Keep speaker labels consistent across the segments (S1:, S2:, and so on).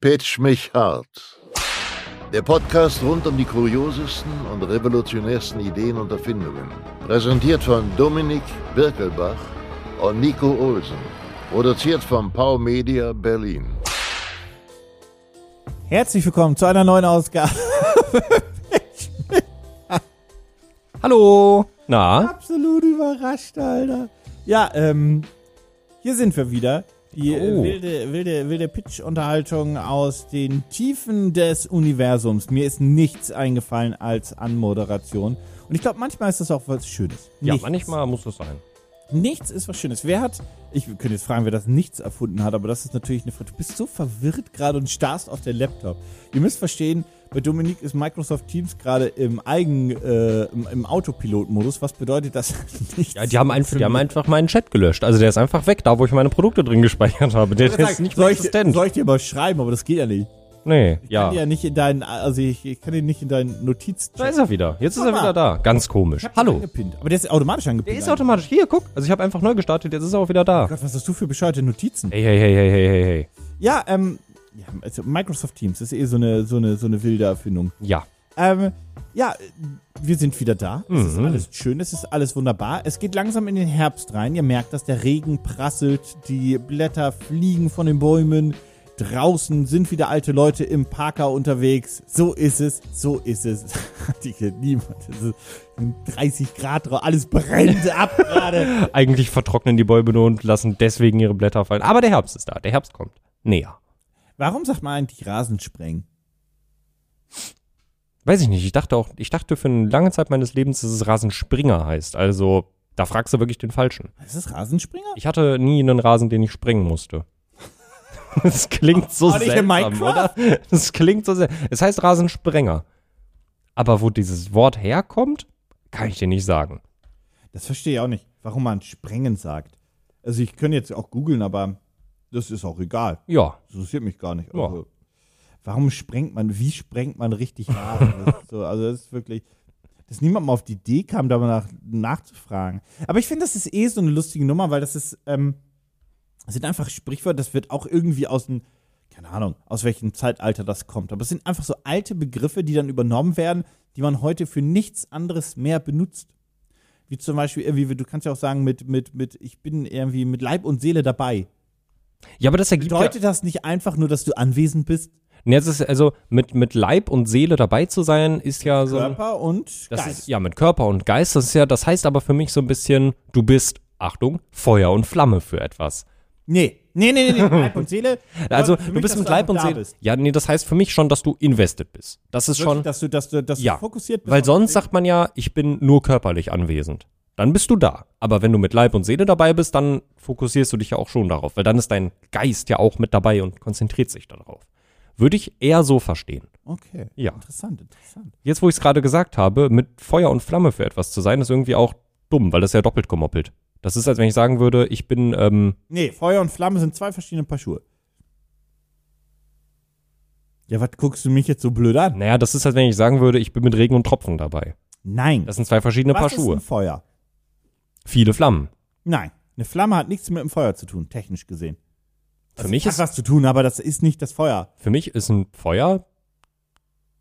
S1: Pitch mich hart. Der Podcast rund um die kuriosesten und revolutionärsten Ideen und Erfindungen. Präsentiert von Dominik Birkelbach und Nico Olsen. Produziert von Pau Media Berlin.
S2: Herzlich willkommen zu einer neuen Ausgabe.
S3: Hallo. Na?
S2: Absolut überrascht, Alter. Ja, ähm, hier sind wir wieder. Die äh,
S3: Oh.
S2: wilde, wilde, wilde Pitch-Unterhaltung aus den Tiefen des Universums. Mir ist nichts eingefallen als Anmoderation. Und ich glaube, manchmal ist das auch was Schönes.
S3: Ja,
S2: Nichts.
S3: manchmal muss das sein.
S2: Nichts ist was Schönes. Wer hat, ich könnte jetzt fragen, wer das Nichts erfunden hat, aber das ist natürlich eine Frage. Du bist so verwirrt gerade und starrst auf den Laptop. Ihr müsst verstehen, bei Dominik ist Microsoft Teams gerade im Eigen, äh, im, im Autopilot-Modus. Was bedeutet das? Nichts
S3: Ja, die haben, einfach,
S2: für
S3: die haben
S2: mich.
S3: einfach meinen Chat gelöscht. Also der ist einfach weg, da wo ich meine Produkte drin gespeichert habe. Der
S2: Ich wollte
S3: ist
S2: sagen,
S3: nicht mehr
S2: soll, ich,
S3: existent.
S2: soll ich dir mal schreiben, aber das geht ja nicht.
S3: Nee,
S2: Ich
S3: ja.
S2: kann dir ja nicht in deinen, also ich, ich kann dir nicht in deinen Notiz
S3: Da ist er wieder. Jetzt ist er
S2: Mama.
S3: wieder da. Ganz komisch. Hallo.
S2: Angepinnt. Aber der ist automatisch
S3: Der
S2: angepinnt.
S3: ist automatisch. Hier, guck. Also ich habe einfach neu gestartet, jetzt ist er auch wieder da.
S2: Gott, was hast du für bescheuerte Notizen?
S3: Hey, hey, hey, hey, hey, hey, hey.
S2: Ja, ähm, ja, also Microsoft Teams ist eh so eine, so eine, so eine wilde Erfindung.
S3: Ja.
S2: Ähm, ja, wir sind wieder da. Es ist
S3: Mhm.
S2: alles schön, es ist alles wunderbar. Es geht langsam in den Herbst rein. Ihr merkt, dass der Regen prasselt, die Blätter fliegen von den Bäumen. Draußen sind wieder alte Leute im Parker unterwegs. So ist es, so ist es. Digga, Niemand. Es ist 30 Grad drauf, alles brennt ab gerade.
S3: Eigentlich vertrocknen die Bäume nur und lassen deswegen ihre Blätter fallen. Aber der Herbst ist da. Der Herbst kommt. Näher.
S2: Warum sagt man eigentlich Rasen sprengen?
S3: Weiß ich nicht. Ich dachte auch, ich dachte für eine lange Zeit meines Lebens, dass es Rasenspringer heißt. Also, da fragst du wirklich den Falschen.
S2: Ist das Rasenspringer?
S3: Ich hatte nie einen Rasen, den ich springen musste. Das klingt so
S2: Auch nicht in
S3: seltsam,
S2: Minecraft?
S3: oder? Das klingt so seltsam. Es heißt Rasensprenger. Aber wo dieses Wort herkommt, kann ich dir nicht sagen.
S2: Das verstehe ich auch nicht, warum man sprengen sagt. Also ich könnte jetzt auch googeln, aber das ist auch egal.
S3: Ja,
S2: Das interessiert mich gar nicht.
S3: Ja.
S2: Also, Warum sprengt man, wie sprengt man richtig Rasen? Das ist so, also das ist wirklich, dass niemand mal auf die Idee kam, da mal nach, nachzufragen. Aber ich finde, das ist eh so eine lustige Nummer, weil das ist, ähm, das sind einfach Sprichwörter, das wird auch irgendwie aus dem, keine Ahnung, aus welchem Zeitalter das kommt. Aber es sind einfach so alte Begriffe, die dann übernommen werden, die man heute für nichts anderes mehr benutzt. Wie zum Beispiel, irgendwie, du kannst ja auch sagen, mit, mit, mit, ich bin irgendwie mit Leib und Seele dabei.
S3: ja aber das ergibt ja,
S2: Bedeutet das nicht einfach nur, dass du anwesend bist?
S3: Nee, es ist also mit, mit Leib und Seele dabei zu sein, ist ja so. ein-
S2: Körper und
S3: Das
S2: Geist.
S3: ist ja mit Körper und Geist. Das ist ja, das heißt aber für mich so ein bisschen, du bist Achtung Feuer und Flamme für etwas.
S2: nee. Nee, nee, nee, nee. Leib und Seele.
S3: Also
S2: Bedeutet für
S3: du
S2: mich,
S3: bist
S2: dass
S3: mit
S2: einfach
S3: Leib und
S2: da
S3: Seele.
S2: bist. Also
S3: Ja, nee, das heißt für mich schon, dass du invested bist. Das ist schon.
S2: Wirklich, dass du, dass du, dass
S3: Ja,
S2: du fokussiert bist.
S3: Weil
S2: auf
S3: sonst
S2: dich.
S3: sagt man ja, ich bin nur körperlich anwesend. Dann bist du da. Aber wenn du mit Leib und Seele dabei bist, dann fokussierst du dich ja auch schon darauf, weil dann ist dein Geist ja auch mit dabei und konzentriert sich darauf. Würde ich eher so verstehen.
S2: Okay.
S3: Ja.
S2: Interessant, interessant.
S3: Jetzt, wo ich es gerade gesagt habe, mit Feuer und Flamme für etwas zu sein, ist irgendwie auch dumm, weil das ja doppelt gemoppelt. Das ist, als wenn ich sagen würde, ich bin, ähm,
S2: Nee, Feuer und Flamme sind zwei verschiedene Paar Schuhe. Ja, was guckst du mich jetzt so blöd an?
S3: naja, das ist, als wenn ich sagen würde, ich bin mit Regen und Tropfen dabei.
S2: Nein.
S3: Das sind zwei verschiedene
S2: was
S3: Paar
S2: ist
S3: Schuhe.
S2: ein Feuer?
S3: Viele Flammen.
S2: Nein. Eine Flamme hat nichts mit dem Feuer zu tun, technisch gesehen.
S3: Für mich
S2: hat
S3: ist,
S2: was zu tun, aber das ist nicht das Feuer.
S3: für mich ist ein Feuer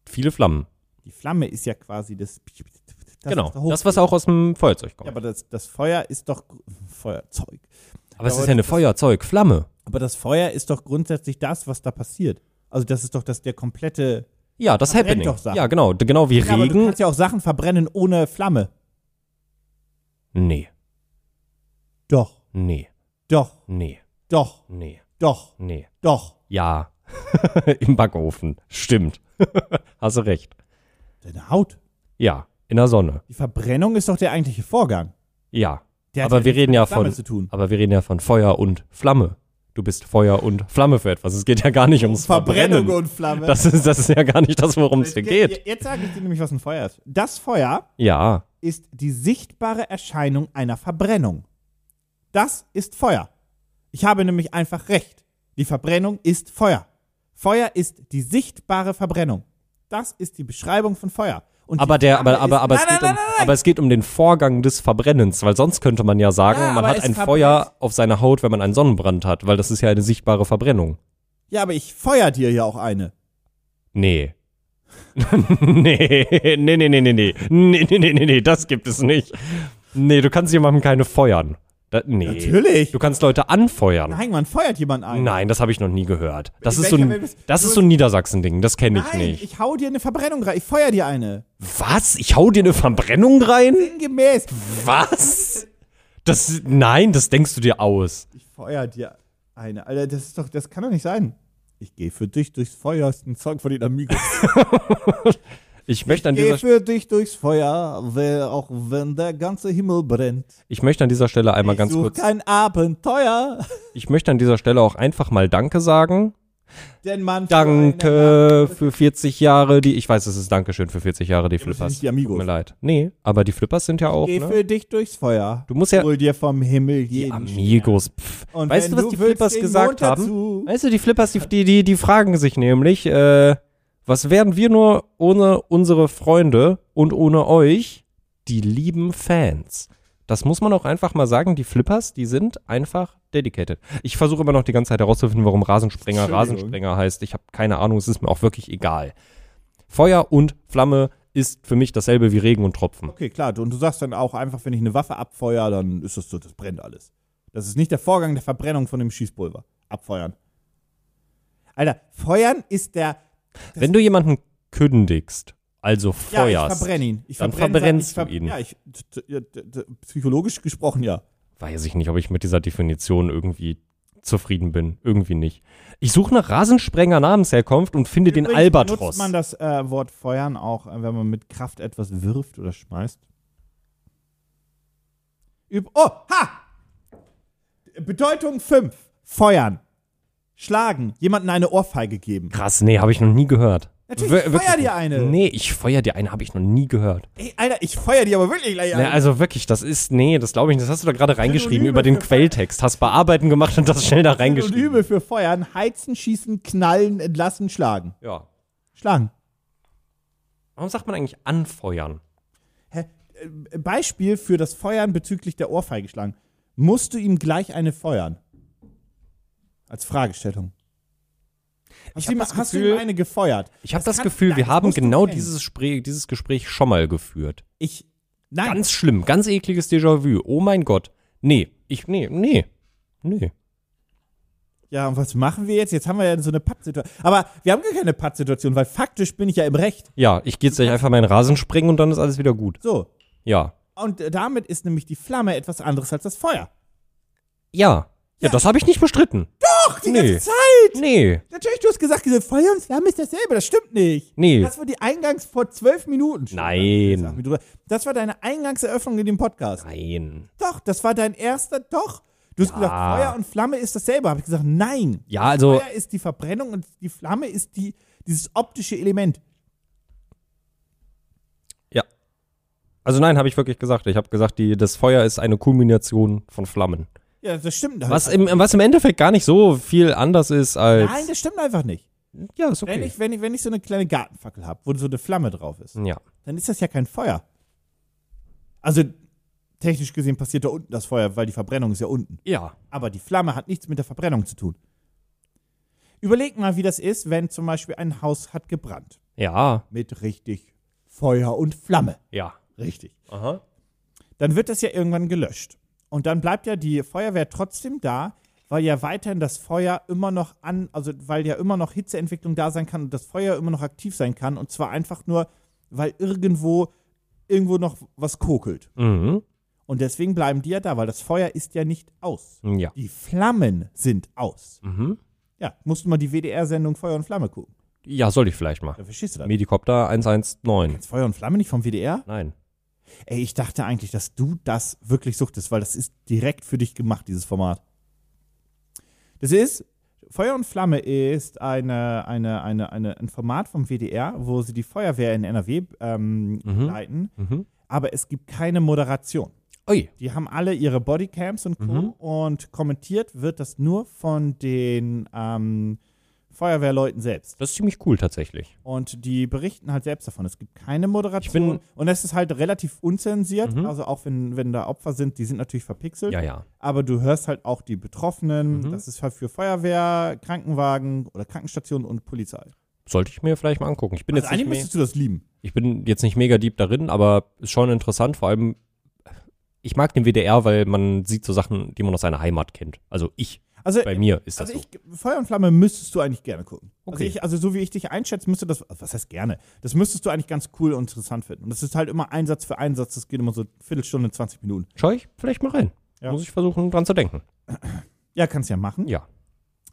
S3: viele Flammen.
S2: Die Flamme ist ja quasi das. das
S3: genau,
S2: was da hoch-
S3: das, was auch aus dem Feuerzeug kommt.
S2: Ja, aber das, das Feuer ist doch Feuerzeug.
S3: aber es
S2: aber
S3: ist ja eine Feuerzeug, Flamme.
S2: Aber das Feuer ist doch grundsätzlich das, was da passiert. Also das ist doch das der komplette.
S3: Ja, das
S2: Verbrennt
S3: Happening.
S2: doch Sachen.
S3: ja, genau. D- Genau wie
S2: Ja, aber du
S3: Regen.
S2: kannst ja auch Sachen verbrennen ohne Flamme.
S3: Nee,
S2: Doch,
S3: nee,
S2: doch,
S3: nee,
S2: doch,
S3: nee,
S2: doch,
S3: nee.
S2: doch.
S3: Ja. Im Backofen. Stimmt. Hast du recht.
S2: Deine Haut.
S3: Ja, in der Sonne.
S2: Die Verbrennung ist doch der eigentliche Vorgang.
S3: Ja.
S2: Der
S3: Aber wir
S2: nichts
S3: reden
S2: mit
S3: ja
S2: Flamme
S3: von-
S2: zu tun.
S3: Aber wir reden ja von Feuer und Flamme. Du bist Feuer und Flamme für etwas. Es geht ja gar nicht ums Verbrennen.
S2: und Flamme.
S3: Das ist, das ist ja gar nicht das, worum es hier geht.
S2: Jetzt sage ich dir nämlich, was ein Feuer ist. Das Feuer
S3: Ja.
S2: ist die sichtbare Erscheinung einer Verbrennung. Das ist Feuer. Ich habe nämlich einfach recht. Die Verbrennung ist Feuer. Feuer ist die sichtbare Verbrennung. Das ist die Beschreibung von Feuer. Und die
S3: Aber der,
S2: Flamme
S3: aber, aber,
S2: ist-
S3: aber,
S2: nein, nein,
S3: es geht um,
S2: nein, nein,
S3: aber es geht um den Vorgang des Verbrennens, weil sonst könnte man ja sagen,
S2: Ja,
S3: man
S2: aber
S3: hat
S2: es
S3: ein
S2: verbrennt.
S3: Feuer auf seiner Haut, wenn man einen Sonnenbrand hat, weil das ist ja eine sichtbare Verbrennung.
S2: nein. Ja, aber ich feuer dir ja auch eine.
S3: Nee. nee, nee, nee, nee, nee, nee, nee, nee, nee, nee, nee, das gibt es nicht. Nee, du kannst jemandem keine feuern. Da, nee.
S2: Natürlich.
S3: Du kannst Leute anfeuern.
S2: Nein, man feuert jemand ein.
S3: Nein, das habe ich noch nie gehört. Das
S2: In
S3: ist so
S2: welcher
S3: ein,
S2: Welt bist-
S3: das
S2: du
S3: ist so ein Niedersachsen-Ding. Das kenne ich
S2: Nein,
S3: nicht.
S2: ich hau dir eine Verbrennung rein. Ich feuer dir eine.
S3: Was? Ich hau dir eine Verbrennung rein?
S2: Sinngemäß.
S3: Was? Das, nein, das denkst du dir aus.
S2: Ich feuer dir eine. Alter, das ist doch, das kann doch nicht sein. Ich gehe für dich durchs Feuer, ist ein Song von den Amigos.
S3: Ich möchte an dieser
S2: Geh für dich durchs Feuer, wer- auch wenn der ganze Himmel brennt.
S3: Ich möchte an dieser Stelle einmal ganz
S2: ich such
S3: kurz,
S2: kein Abenteuer,
S3: ich möchte an dieser Stelle auch einfach mal Danke sagen.
S2: denn man.
S3: Danke für 40 Jahre, die, ich weiß, es ist Dankeschön für 40 Jahre, die
S2: Das sind
S3: Flippers.
S2: nicht die
S3: Tut mir
S2: Amigos.
S3: leid. Nee, aber die Flippers sind ja auch,
S2: Geh
S3: ne?
S2: für dich durchs Feuer.
S3: Du musst ja,
S2: Hol dir vom Himmel
S3: die
S2: jeden.
S3: Amigos, pff.
S2: Und
S3: Weißt
S2: wenn
S3: du, was
S2: du
S3: die
S2: willst,
S3: Flippers
S2: den
S3: gesagt
S2: Mond
S3: haben?
S2: dazu.
S3: Weißt du, die Flippers, die, die, die, die fragen sich nämlich, äh, was wären wir nur ohne unsere Freunde und ohne euch, die lieben Fans? Das muss man auch einfach mal sagen, die Flippers, die sind einfach dedicated. Ich versuche immer noch die ganze Zeit herauszufinden, warum Rasensprenger
S2: Entschuldigung.
S3: Rasensprenger heißt. Ich habe keine Ahnung, es ist mir auch wirklich egal. Feuer und Flamme ist für mich dasselbe wie Regen und Tropfen.
S2: Okay, klar. Du- Und du sagst dann auch einfach, wenn ich eine Waffe abfeuer, dann ist das so, das brennt alles. Das ist nicht der Vorgang der Verbrennung von dem Schießpulver. Abfeuern. Alter, feuern ist der.
S3: Wenn du jemanden kündigst, also
S2: Ja,
S3: feuerst,
S2: ich verbrenne ihn. Ich
S3: Dann
S2: verbrenne sein-
S3: verbrennst
S2: ich
S3: du ihn.
S2: Ja, ich, t- t- t- t- psychologisch gesprochen ja.
S3: weiß ich nicht, ob ich mit dieser Definition irgendwie zufrieden bin. Irgendwie nicht. Ich suche nach Rasensprenger Namensherkunft und finde den
S2: Übrigens
S3: Albatros.
S2: Nutzt man das äh, Wort feuern auch, äh, wenn man mit Kraft etwas wirft oder schmeißt? Üb oh, ha! Bedeutung 5. Feuern. Schlagen. Jemanden eine Ohrfeige geben.
S3: Krass, nee, habe ich noch nie gehört.
S2: Natürlich,
S3: Wir-
S2: ich feuer
S3: wirklich
S2: dir
S3: nicht.
S2: eine.
S3: Nee, ich feuer dir eine, habe ich noch nie gehört.
S2: Ey, Alter, ich feuer die aber wirklich gleich
S3: Nee,
S2: an.
S3: also wirklich, das ist, nee, das glaube ich nicht. Das hast du da gerade reingeschrieben
S2: Synonyme
S3: über den
S2: für-
S3: Quelltext. Hast Bearbeiten gemacht und das schnell da reingeschrieben.
S2: Synonyme für feuern. Heizen, schießen, knallen, entlassen, schlagen.
S3: Ja.
S2: Schlagen.
S3: Warum sagt man eigentlich anfeuern?
S2: Hä? Äh, Beispiel für das Feuern bezüglich der Ohrfeige schlagen. Musst du ihm gleich eine feuern? Als Fragestellung. Hast,
S3: Ich
S2: du,
S3: hab
S2: ihm,
S3: das
S2: hast du
S3: Gefühl-
S2: ihm eine gefeuert?
S3: Ich habe das,
S2: kann-
S3: Gefühl, wir
S2: das
S3: haben
S2: musst du
S3: genau
S2: kennen.
S3: dieses Gespräch, dieses Gespräch schon mal geführt.
S2: Ich. Nein.
S3: Ganz schlimm, ganz ekliges Déjà-vu. Oh mein Gott. Nee, ich, nee, nee, nee.
S2: ja, und was machen wir jetzt? Jetzt haben wir ja so eine Pattsituation. Aber wir haben gar keine Pattsituation, weil faktisch bin ich ja im Recht.
S3: Ja, ich gehe jetzt gleich einfach meinen Rasen springen und dann ist alles wieder gut.
S2: So.
S3: Ja.
S2: Und äh, damit ist nämlich die Flamme etwas anderes als das Feuer.
S3: Ja. Ja,
S2: Ja.
S3: das habe ich nicht bestritten.
S2: Doch, die
S3: Nee.
S2: ganze Zeit!
S3: Nee.
S2: Natürlich, du hast gesagt, diese Feuer und Flamme ist dasselbe. Das stimmt nicht.
S3: Nee.
S2: Das war die Eingangs vor zwölf Minuten. schon.
S3: Nein.
S2: Sag mir drüber. Das war deine Eingangseröffnung in dem Podcast.
S3: Nein.
S2: Doch, das war dein erster. Doch. Du hast gesagt, Feuer und Flamme ist dasselbe. Habe ich gesagt, nein.
S3: Ja, also,
S2: Feuer ist die Verbrennung und die Flamme ist die, dieses optische Element.
S3: also nein, habe ich wirklich gesagt. Ich habe gesagt, die, das Feuer ist eine Kulmination von Flammen.
S2: Ja, das stimmt.
S3: Was im, was im Endeffekt gar nicht so viel anders ist als.
S2: Nein, das stimmt einfach nicht.
S3: ja, ist
S2: Wenn,
S3: okay. Hm.
S2: ich, wenn, ich, wenn ich so eine kleine Gartenfackel habe, wo so eine Flamme drauf ist,
S3: Ja.
S2: dann ist das ja kein Feuer. Also technisch gesehen passiert da unten das Feuer, weil die Verbrennung ist ja unten.
S3: Ja.
S2: Aber die Flamme hat nichts mit der Verbrennung zu tun. Überleg mal, wie das ist, wenn zum Beispiel ein Haus hat gebrannt.
S3: Ja.
S2: Mit richtig Feuer und Flamme.
S3: Ja.
S2: Richtig.
S3: Aha.
S2: Dann wird das ja irgendwann gelöscht. Und dann bleibt ja die Feuerwehr trotzdem da, weil ja weiterhin das Feuer immer noch an, also weil ja immer noch Hitzeentwicklung da sein kann und das Feuer immer noch aktiv sein kann. Und zwar einfach nur, weil irgendwo, irgendwo noch was kokelt.
S3: Mhm.
S2: Und deswegen bleiben die ja da, weil das Feuer ist ja nicht aus.
S3: Ja.
S2: Die Flammen sind aus.
S3: Mhm.
S2: Ja, musst du mal die WDR-Sendung Feuer und Flamme gucken.
S3: Ja, soll ich vielleicht mal.
S2: Da verstehst du das.
S3: Medikopter 119.
S2: Ist Feuer und Flamme nicht vom WDR?
S3: Nein.
S2: Ey, ich dachte eigentlich, dass du das wirklich suchtest, weil das ist direkt für dich gemacht, dieses Format. Das ist, Feuer und Flamme ist eine, eine, eine, eine, ein Format vom WDR, wo sie die Feuerwehr in NRW ähm, leiten,
S3: Mhm.
S2: aber es gibt keine Moderation.
S3: Ui.
S2: Die haben alle ihre Bodycams und Co. Und kommentiert wird das nur von den ähm, Feuerwehrleuten selbst.
S3: Das ist ziemlich cool tatsächlich.
S2: Und die berichten halt selbst davon. Es gibt keine Moderation.
S3: Ich bin- Mhm.
S2: und es ist halt relativ unzensiert. Also auch wenn, wenn da Opfer sind, die sind natürlich verpixelt.
S3: Ja, Mhm. ja.
S2: Aber du hörst halt auch die Betroffenen. Das ist halt für Feuerwehr, Krankenwagen oder Krankenstationen und Polizei.
S3: Sollte ich mir vielleicht mal angucken. Ich bin
S2: Also
S3: jetzt nicht
S2: eigentlich
S3: mehr.
S2: müsstest du das lieben.
S3: ich bin jetzt nicht mega deep darin, aber ist schon interessant, vor allem ich mag den WDR, weil man sieht so Sachen, die man aus seiner Heimat kennt. Also ich,
S2: Also,
S3: bei mir ist das
S2: also
S3: so.
S2: ich, Feuer und Flamme müsstest du eigentlich gerne gucken. Also,
S3: Okay.
S2: ich, also so wie ich dich einschätze, müsste das, also was heißt gerne, das müsstest du eigentlich ganz cool und interessant finden. Und das ist halt immer Einsatz für Einsatz, das geht immer so Viertelstunde, 20 Minuten.
S3: Schau ich vielleicht mal rein.
S2: Ja.
S3: Muss ich versuchen, dran zu denken.
S2: Ja, kannst ja machen.
S3: Ja.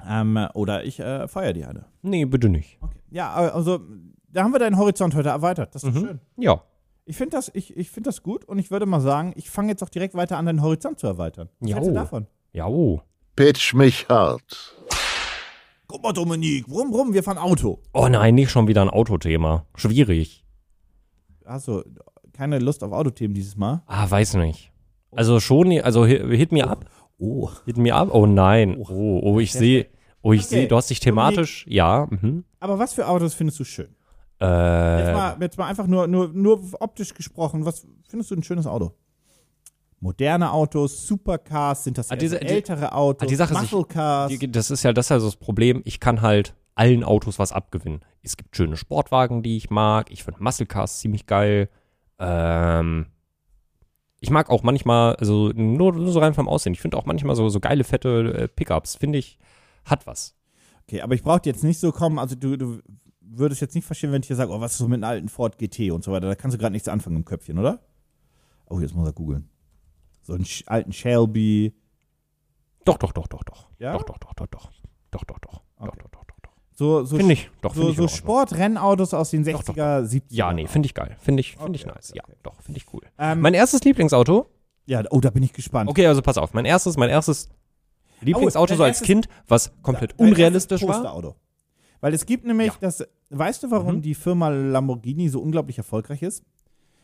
S2: Ähm, oder ich äh, feuer die eine.
S3: Nee, bitte nicht.
S2: Okay. Ja, also da haben wir deinen Horizont heute erweitert. Das ist
S3: Mhm.
S2: doch schön.
S3: Ja.
S2: Ich finde das, ich, ich find das gut und ich würde mal sagen, ich fange jetzt auch direkt weiter an, deinen Horizont zu erweitern. Was
S3: Jo.
S2: hältst du davon?
S3: Ja, oh.
S1: Pitch mich hart.
S2: Guck mal, Dominik, rum, rum, wir fahren Auto.
S3: Oh nein, nicht schon wieder ein Autothema. Schwierig.
S2: Hast du keine Lust auf Autothemen dieses Mal?
S3: Ah, weiß nicht. Also schon, also hit, hit mir ab.
S2: Oh.
S3: Hit mir ab. Oh nein. Oh, oh, ich sehe. Oh, ich
S2: Okay.
S3: sehe, du hast dich thematisch. Ja. Mhm.
S2: Aber was für Autos findest du schön? Jetzt,
S3: Äh,
S2: mal, jetzt mal einfach nur, nur, nur optisch gesprochen, was findest du ein schönes Auto? Moderne Autos, Supercars, sind das
S3: Ah,
S2: eher
S3: diese-
S2: so
S3: die-
S2: ältere Autos,
S3: ah, die Sache ist, ich-
S2: Muscle Cars.
S3: Die- Das ist ja das ist ja so das Problem. Ich kann halt allen Autos was abgewinnen. Es gibt schöne Sportwagen, die ich mag. Ich finde Muscle Cars ziemlich geil. Ähm, ich mag auch manchmal, also nur, nur so rein vom Aussehen, ich finde auch manchmal so, so geile, fette äh, Pickups, finde ich, hat was.
S2: Okay, aber ich brauchte jetzt nicht so kommen, also du, du würdest jetzt nicht verstehen, wenn ich dir sage, oh, was ist so mit einem alten Ford GT und so weiter. Da kannst du gerade nichts anfangen im Köpfchen, oder? Oh, jetzt muss er googeln. So einen sch- alten Shelby.
S3: Doch, doch, doch, doch, doch.
S2: Ja?
S3: Doch, doch, doch, doch, doch. Doch, doch, doch. Doch, doch, doch, doch, doch.
S2: So, so,
S3: Finde ich, doch,
S2: so,
S3: finde ich. in
S2: so
S3: Ordnung.
S2: Sportrennautos aus den 60er,
S3: doch,
S2: 70er.
S3: Ja, nee, finde ich geil. Finde ich, finde ich
S2: Okay,
S3: nice.
S2: okay,
S3: Ja,
S2: okay.
S3: doch, finde ich cool.
S2: Ähm,
S3: mein erstes Lieblingsauto
S2: Ja, oh, da bin ich gespannt.
S3: Okay, also pass auf. Mein erstes, mein erstes Lieblingsauto
S2: dein
S3: so als
S2: Oh, erstes-
S3: Kind, was komplett
S2: Dein
S3: unrealistisch
S2: erstes
S3: war.
S2: Posterauto. Weil es gibt nämlich
S3: Ja. Mhm.
S2: das, weißt du, warum die Firma Lamborghini so unglaublich erfolgreich ist?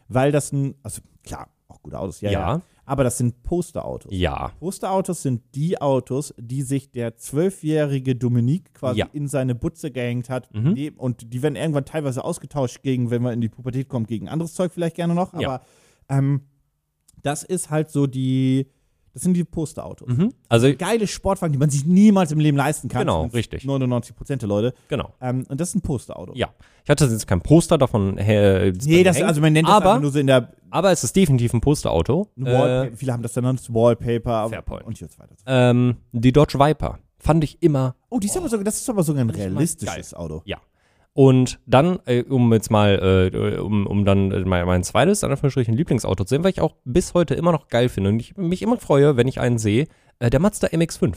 S2: Weil das ein, also klar, auch gute Autos, ja, ja.
S3: Ja.
S2: Aber das sind Posterautos.
S3: Ja,
S2: Posterautos sind die Autos, die sich der zwölfjährige Dominik quasi
S3: Ja. Mhm.
S2: in seine Butze gehängt hat. Die, und die werden irgendwann teilweise ausgetauscht gegen, wenn man in die Pubertät kommt, gegen anderes Zeug vielleicht gerne noch. Aber
S3: Ja.
S2: ähm, das ist halt so die, das sind die Posterautos.
S3: mhm. also
S2: Geile Sportwagen, die man sich niemals im Leben leisten kann.
S3: Genau,
S2: Zumindest
S3: richtig.
S2: 99 Prozent der Leute.
S3: genau.
S2: Ähm, und das ist ein Posterauto.
S3: Ja, ich hatte jetzt kein Poster davon. Äh,
S2: Nee, das, also man nennt das
S3: aber,
S2: einfach nur so in der
S3: aber es ist definitiv ein Posterauto.
S2: Wallpaper,
S3: Äh,
S2: viele haben das dann als Wallpaper
S3: Fairpoint.
S2: und jetzt weiter.
S3: ähm, die Dodge Viper fand ich immer
S2: Oh, die ist aber so, das ist aber sogar ein
S3: ich mal
S2: realistisches Auto.
S3: Ja. Und dann, äh, um jetzt mal, äh, um, um dann äh, mein, mein zweites, in Anführungsstrichen, Lieblingsauto zu sehen, weil ich auch bis heute immer noch geil finde und ich mich immer freue, wenn ich einen sehe, äh, der Mazda MX-5.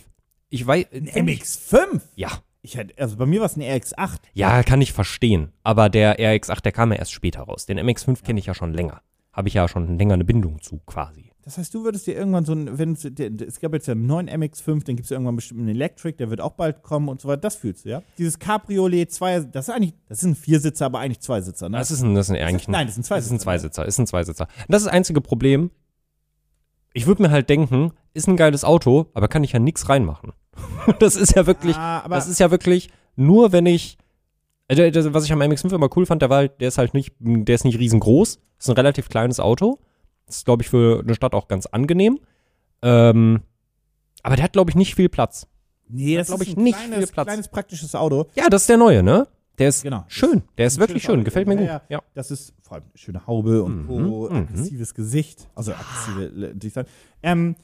S3: Ich weiß.
S2: Ein MX5?
S3: Ja.
S2: Ich hätte, also bei mir war es ein RX8.
S3: Ja, kann ich verstehen. Aber der RX-8, der kam ja erst später raus. Den MX-5 kenne ich ja schon länger. Habe ich ja schon länger eine Bindung zu, quasi.
S2: Das heißt, du würdest dir irgendwann so ein, wenn es, der- der- es gab jetzt ja einen neuen MX5, dann gibt es ja irgendwann bestimmt einen Electric, der wird auch bald kommen und so weiter. Das fühlst du, ja? Dieses Cabriolet, zwei, das ist eigentlich, das ist ein Viersitzer, aber eigentlich Zweisitzer, ne?
S3: Das ist ein, das ist ein, eigentlich ein,
S2: nein, das ist ein
S3: das ist ein
S2: Zweisitzer.
S3: Zweisitzer. Ist ein Zweisitzer. Das ist das einzige Problem. Ich würde mir halt denken, ist ein geiles Auto, aber kann ich ja nichts reinmachen. das ist ja wirklich,
S2: Ah, aber-
S3: das ist ja wirklich nur, wenn ich, also, das, was ich am MX-5 immer cool fand, der war halt, der ist halt nicht, der ist nicht riesengroß. Ist ein relativ kleines Auto. Ist, glaube ich, für eine Stadt auch ganz angenehm. Ähm, aber der hat, glaube ich, nicht viel Platz.
S2: nee, das
S3: glaub
S2: ist
S3: ich,
S2: ein
S3: nicht viel
S2: kleines,
S3: Platz.
S2: kleines praktisches Auto.
S3: Ja, das ist der neue, ne? Der ist
S2: Genau.
S3: schön. Der ist,
S2: ein
S3: wirklich
S2: schönes
S3: schön.
S2: Auto.
S3: Gefällt mir
S2: Ja,
S3: gut.
S2: ja.
S3: Ja.
S2: Das ist vor allem eine schöne Haube und Co. aggressives Gesicht. Also aggressive Le- Design. Ähm,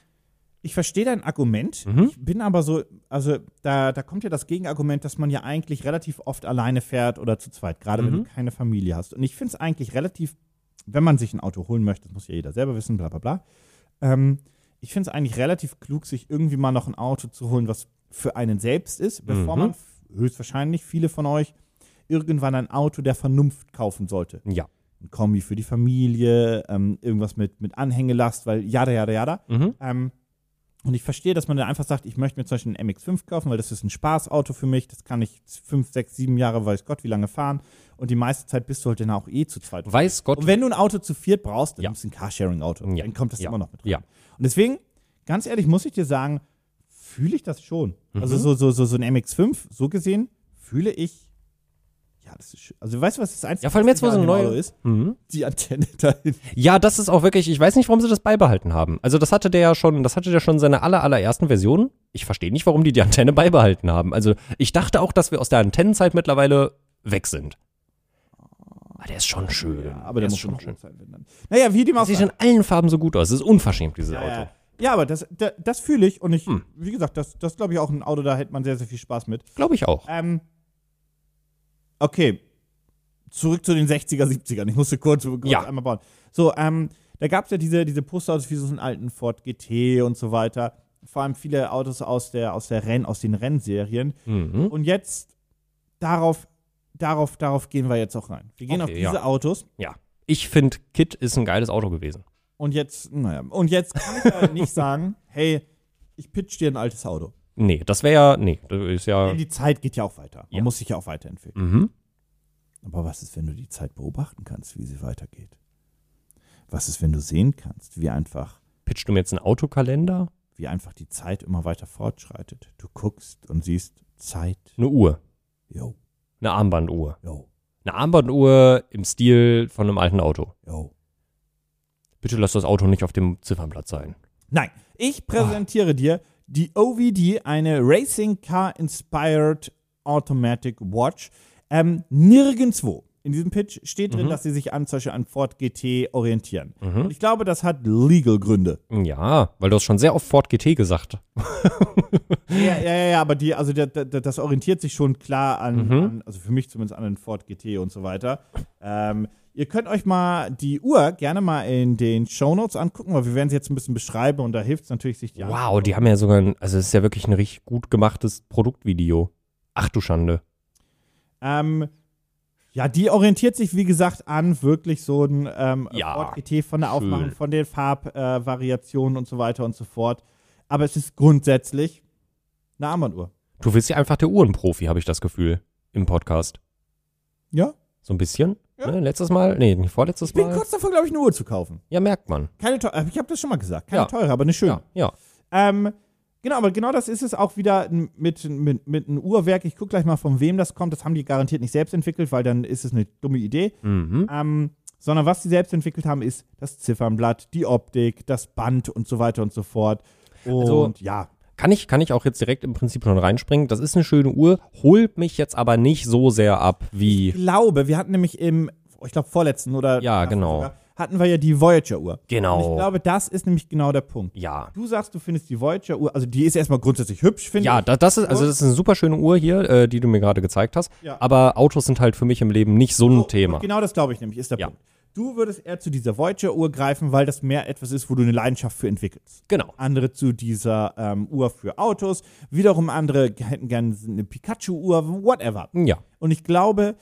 S2: ich verstehe dein Argument. Ich bin aber so, also da, da kommt ja das Gegenargument, dass man ja eigentlich relativ oft alleine fährt oder zu zweit, gerade wenn du keine Familie hast. Und ich finde es eigentlich relativ, wenn man sich ein Auto holen möchte, das muss ja jeder selber wissen, bla bla bla. Ähm, ich finde es eigentlich relativ klug, sich irgendwie mal noch ein Auto zu holen, was für einen selbst ist, bevor man f- höchstwahrscheinlich viele von euch irgendwann ein Auto der Vernunft kaufen sollte.
S3: Ja.
S2: Ein Kombi für die Familie, ähm, irgendwas mit, mit Anhängelast, weil jada, jada, jada.
S3: Mhm.
S2: Ähm, und ich verstehe, dass man dann einfach sagt, ich möchte mir zum Beispiel ein MX5 kaufen, weil das ist ein Spaßauto für mich. Das kann ich fünf, sechs, sieben Jahre, weiß Gott, wie lange fahren. Und die meiste Zeit bist du halt dann auch eh zu zweit.
S3: Weiß Gott.
S2: Und wenn du ein Auto zu viert brauchst, dann
S3: Ja.
S2: nimmst du ein Carsharing-Auto.
S3: Ja.
S2: Dann kommt das
S3: Ja.
S2: immer noch mit rein.
S3: Ja.
S2: Und deswegen, ganz
S3: Mhm.
S2: ehrlich, muss ich dir sagen, fühle ich das schon. Also so, so, so, so ein MX5, so gesehen, fühl- fühle ich. Ja, das ist schön. Also, weißt du, was das einzige
S3: Ja, vor allem jetzt, wo
S2: Lustige
S3: so
S2: an
S3: ein
S2: dem
S3: neuer-
S2: Auto ist?
S3: Mhm.
S2: Die Antenne dahin.
S3: Ja, das ist auch wirklich, ich weiß nicht, warum sie das beibehalten haben. Also das hatte der ja schon, das hatte der schon seine aller, allerersten Version. Ich verstehe nicht, warum die die Antenne beibehalten haben. Also ich dachte auch, dass wir aus der Antennenzeit mittlerweile weg sind. Aber der ist schon schön.
S2: Ja, aber der
S3: ist
S2: muss schon
S3: schon
S2: rot
S3: schön.
S2: sein, wenn dann. Naja, wie dem auch
S3: Das sieht
S2: sei.
S3: in allen Farben so gut aus. Das ist unverschämt, dieses
S2: Ja,
S3: Auto.
S2: ja. ja, aber das, das, das fühle ich und ich,
S3: Hm.
S2: wie gesagt, das, das glaube ich auch ein Auto, da hätte man sehr, sehr viel Spaß mit.
S3: Glaube ich auch.
S2: Ähm, okay. Zurück zu den 60er, 70ern. Ich musste kurz, kurz
S3: Ja.
S2: einmal bauen. So, ähm, da gab es ja diese, diese Postautos wie so einen alten Ford GT und so weiter. Vor allem viele Autos aus der, aus der Renn, aus den Rennserien.
S3: Mhm.
S2: Und jetzt darauf, darauf, darauf gehen wir jetzt auch rein. Wir gehen
S3: Okay,
S2: auf diese
S3: ja.
S2: Autos
S3: Ja. Ich finde, Kit ist ein geiles Auto gewesen.
S2: und jetzt, naja, und jetzt kann ich halt nicht sagen, hey, ich pitch dir ein altes Auto.
S3: Nee, das wäre ja, nee, das ist ja,
S2: Denn die Zeit geht ja auch weiter. Man
S3: Ja.
S2: muss sich ja auch weiterentwickeln.
S3: mhm.
S2: Aber was ist, wenn du die Zeit beobachten kannst, wie sie weitergeht? Was ist, wenn du sehen kannst, wie einfach,
S3: Pitchst du mir jetzt einen Autokalender?
S2: wie einfach die Zeit immer weiter fortschreitet? Du guckst und siehst Zeit.
S3: Eine Uhr.
S2: Yo,
S3: Eine Armbanduhr.
S2: yo,
S3: Eine Armbanduhr im Stil von einem alten Auto.
S2: yo.
S3: Bitte lass das Auto nicht auf dem Ziffernblatt sein.
S2: Nein, ich präsentiere dir die OVD, eine Racing Car Inspired Automatic Watch. Ähm, nirgendwo in diesem Pitch steht drin,
S3: Mhm.
S2: dass sie sich an, zum Beispiel an Ford GT orientieren. Und
S3: Mhm.
S2: ich glaube, das hat legal Gründe.
S3: Ja, weil du hast schon sehr oft Ford GT gesagt.
S2: Ja, ja, ja, ja, aber die, also der, der, das orientiert sich schon klar an,
S3: Mhm.
S2: an, also für mich zumindest an den Ford GT und so weiter. Ähm, ihr könnt euch mal die Uhr gerne mal in den Shownotes angucken, weil wir werden sie jetzt ein bisschen beschreiben und da hilft es natürlich, sich die
S3: Wow, die haben ja sogar, ein, also es ist ja wirklich ein richtig gut gemachtes Produktvideo. Ach du Schande.
S2: Ähm, ja, die orientiert sich, wie gesagt, an wirklich so ein ähm,
S3: Ja.
S2: Ford GT von der
S3: Schön.
S2: Aufmachung, von den Farbvariationen äh, Variationen und so weiter und so fort. Aber es ist grundsätzlich eine Armbanduhr.
S3: Du bist ja einfach der Uhrenprofi, habe ich das Gefühl, im Podcast.
S2: Ja?
S3: So ein bisschen.
S2: Ja.
S3: Ne? Letztes Mal, nee, nicht vorletztes
S2: Ich bin
S3: Mal.
S2: kurz davor, glaube ich, eine Uhr zu kaufen.
S3: Ja, merkt man.
S2: Keine teure, ich habe das schon mal gesagt. Keine
S3: Ja.
S2: teure, aber eine schöne.
S3: Ja, ja.
S2: Ähm, genau, aber genau das ist es auch wieder n- mit, mit, mit einem Uhrwerk. Ich gucke gleich mal, von wem das kommt. Das haben die garantiert nicht selbst entwickelt, weil dann ist es eine dumme Idee.
S3: Mhm.
S2: Ähm, sondern was sie selbst entwickelt haben, ist das Ziffernblatt, die Optik, das Band und so weiter und so fort. Und
S3: Also-
S2: ja,
S3: Kann ich, kann ich auch jetzt direkt im Prinzip schon reinspringen. Das ist eine schöne Uhr, holt mich jetzt aber nicht so sehr ab
S2: ich
S3: wie.
S2: glaube, wir hatten nämlich im, ich glaube, vorletzten oder
S3: Ja, genau.
S2: hatten wir ja die Voyager-Uhr. Und ich
S3: Genau.
S2: glaube, das ist nämlich genau der Punkt.
S3: Ja.
S2: Du sagst, du findest die Voyager-Uhr, also die ist erstmal grundsätzlich hübsch, finde
S3: Ja,
S2: ich.
S3: das, das ist also das ist eine super schöne Uhr hier, äh, die du mir gerade gezeigt hast.
S2: Ja.
S3: Aber Autos sind halt für mich im Leben nicht so ein
S2: So,
S3: Thema.
S2: Und genau das glaube ich nämlich, ist der
S3: Ja.
S2: Punkt. Du würdest eher zu dieser Voyager-Uhr greifen, weil das mehr etwas ist, wo du eine Leidenschaft für entwickelst.
S3: Genau.
S2: Andere zu dieser ähm, Uhr für Autos, wiederum andere g- hätten gerne eine Pikachu-Uhr, whatever.
S3: Ja.
S2: Und ich glaube,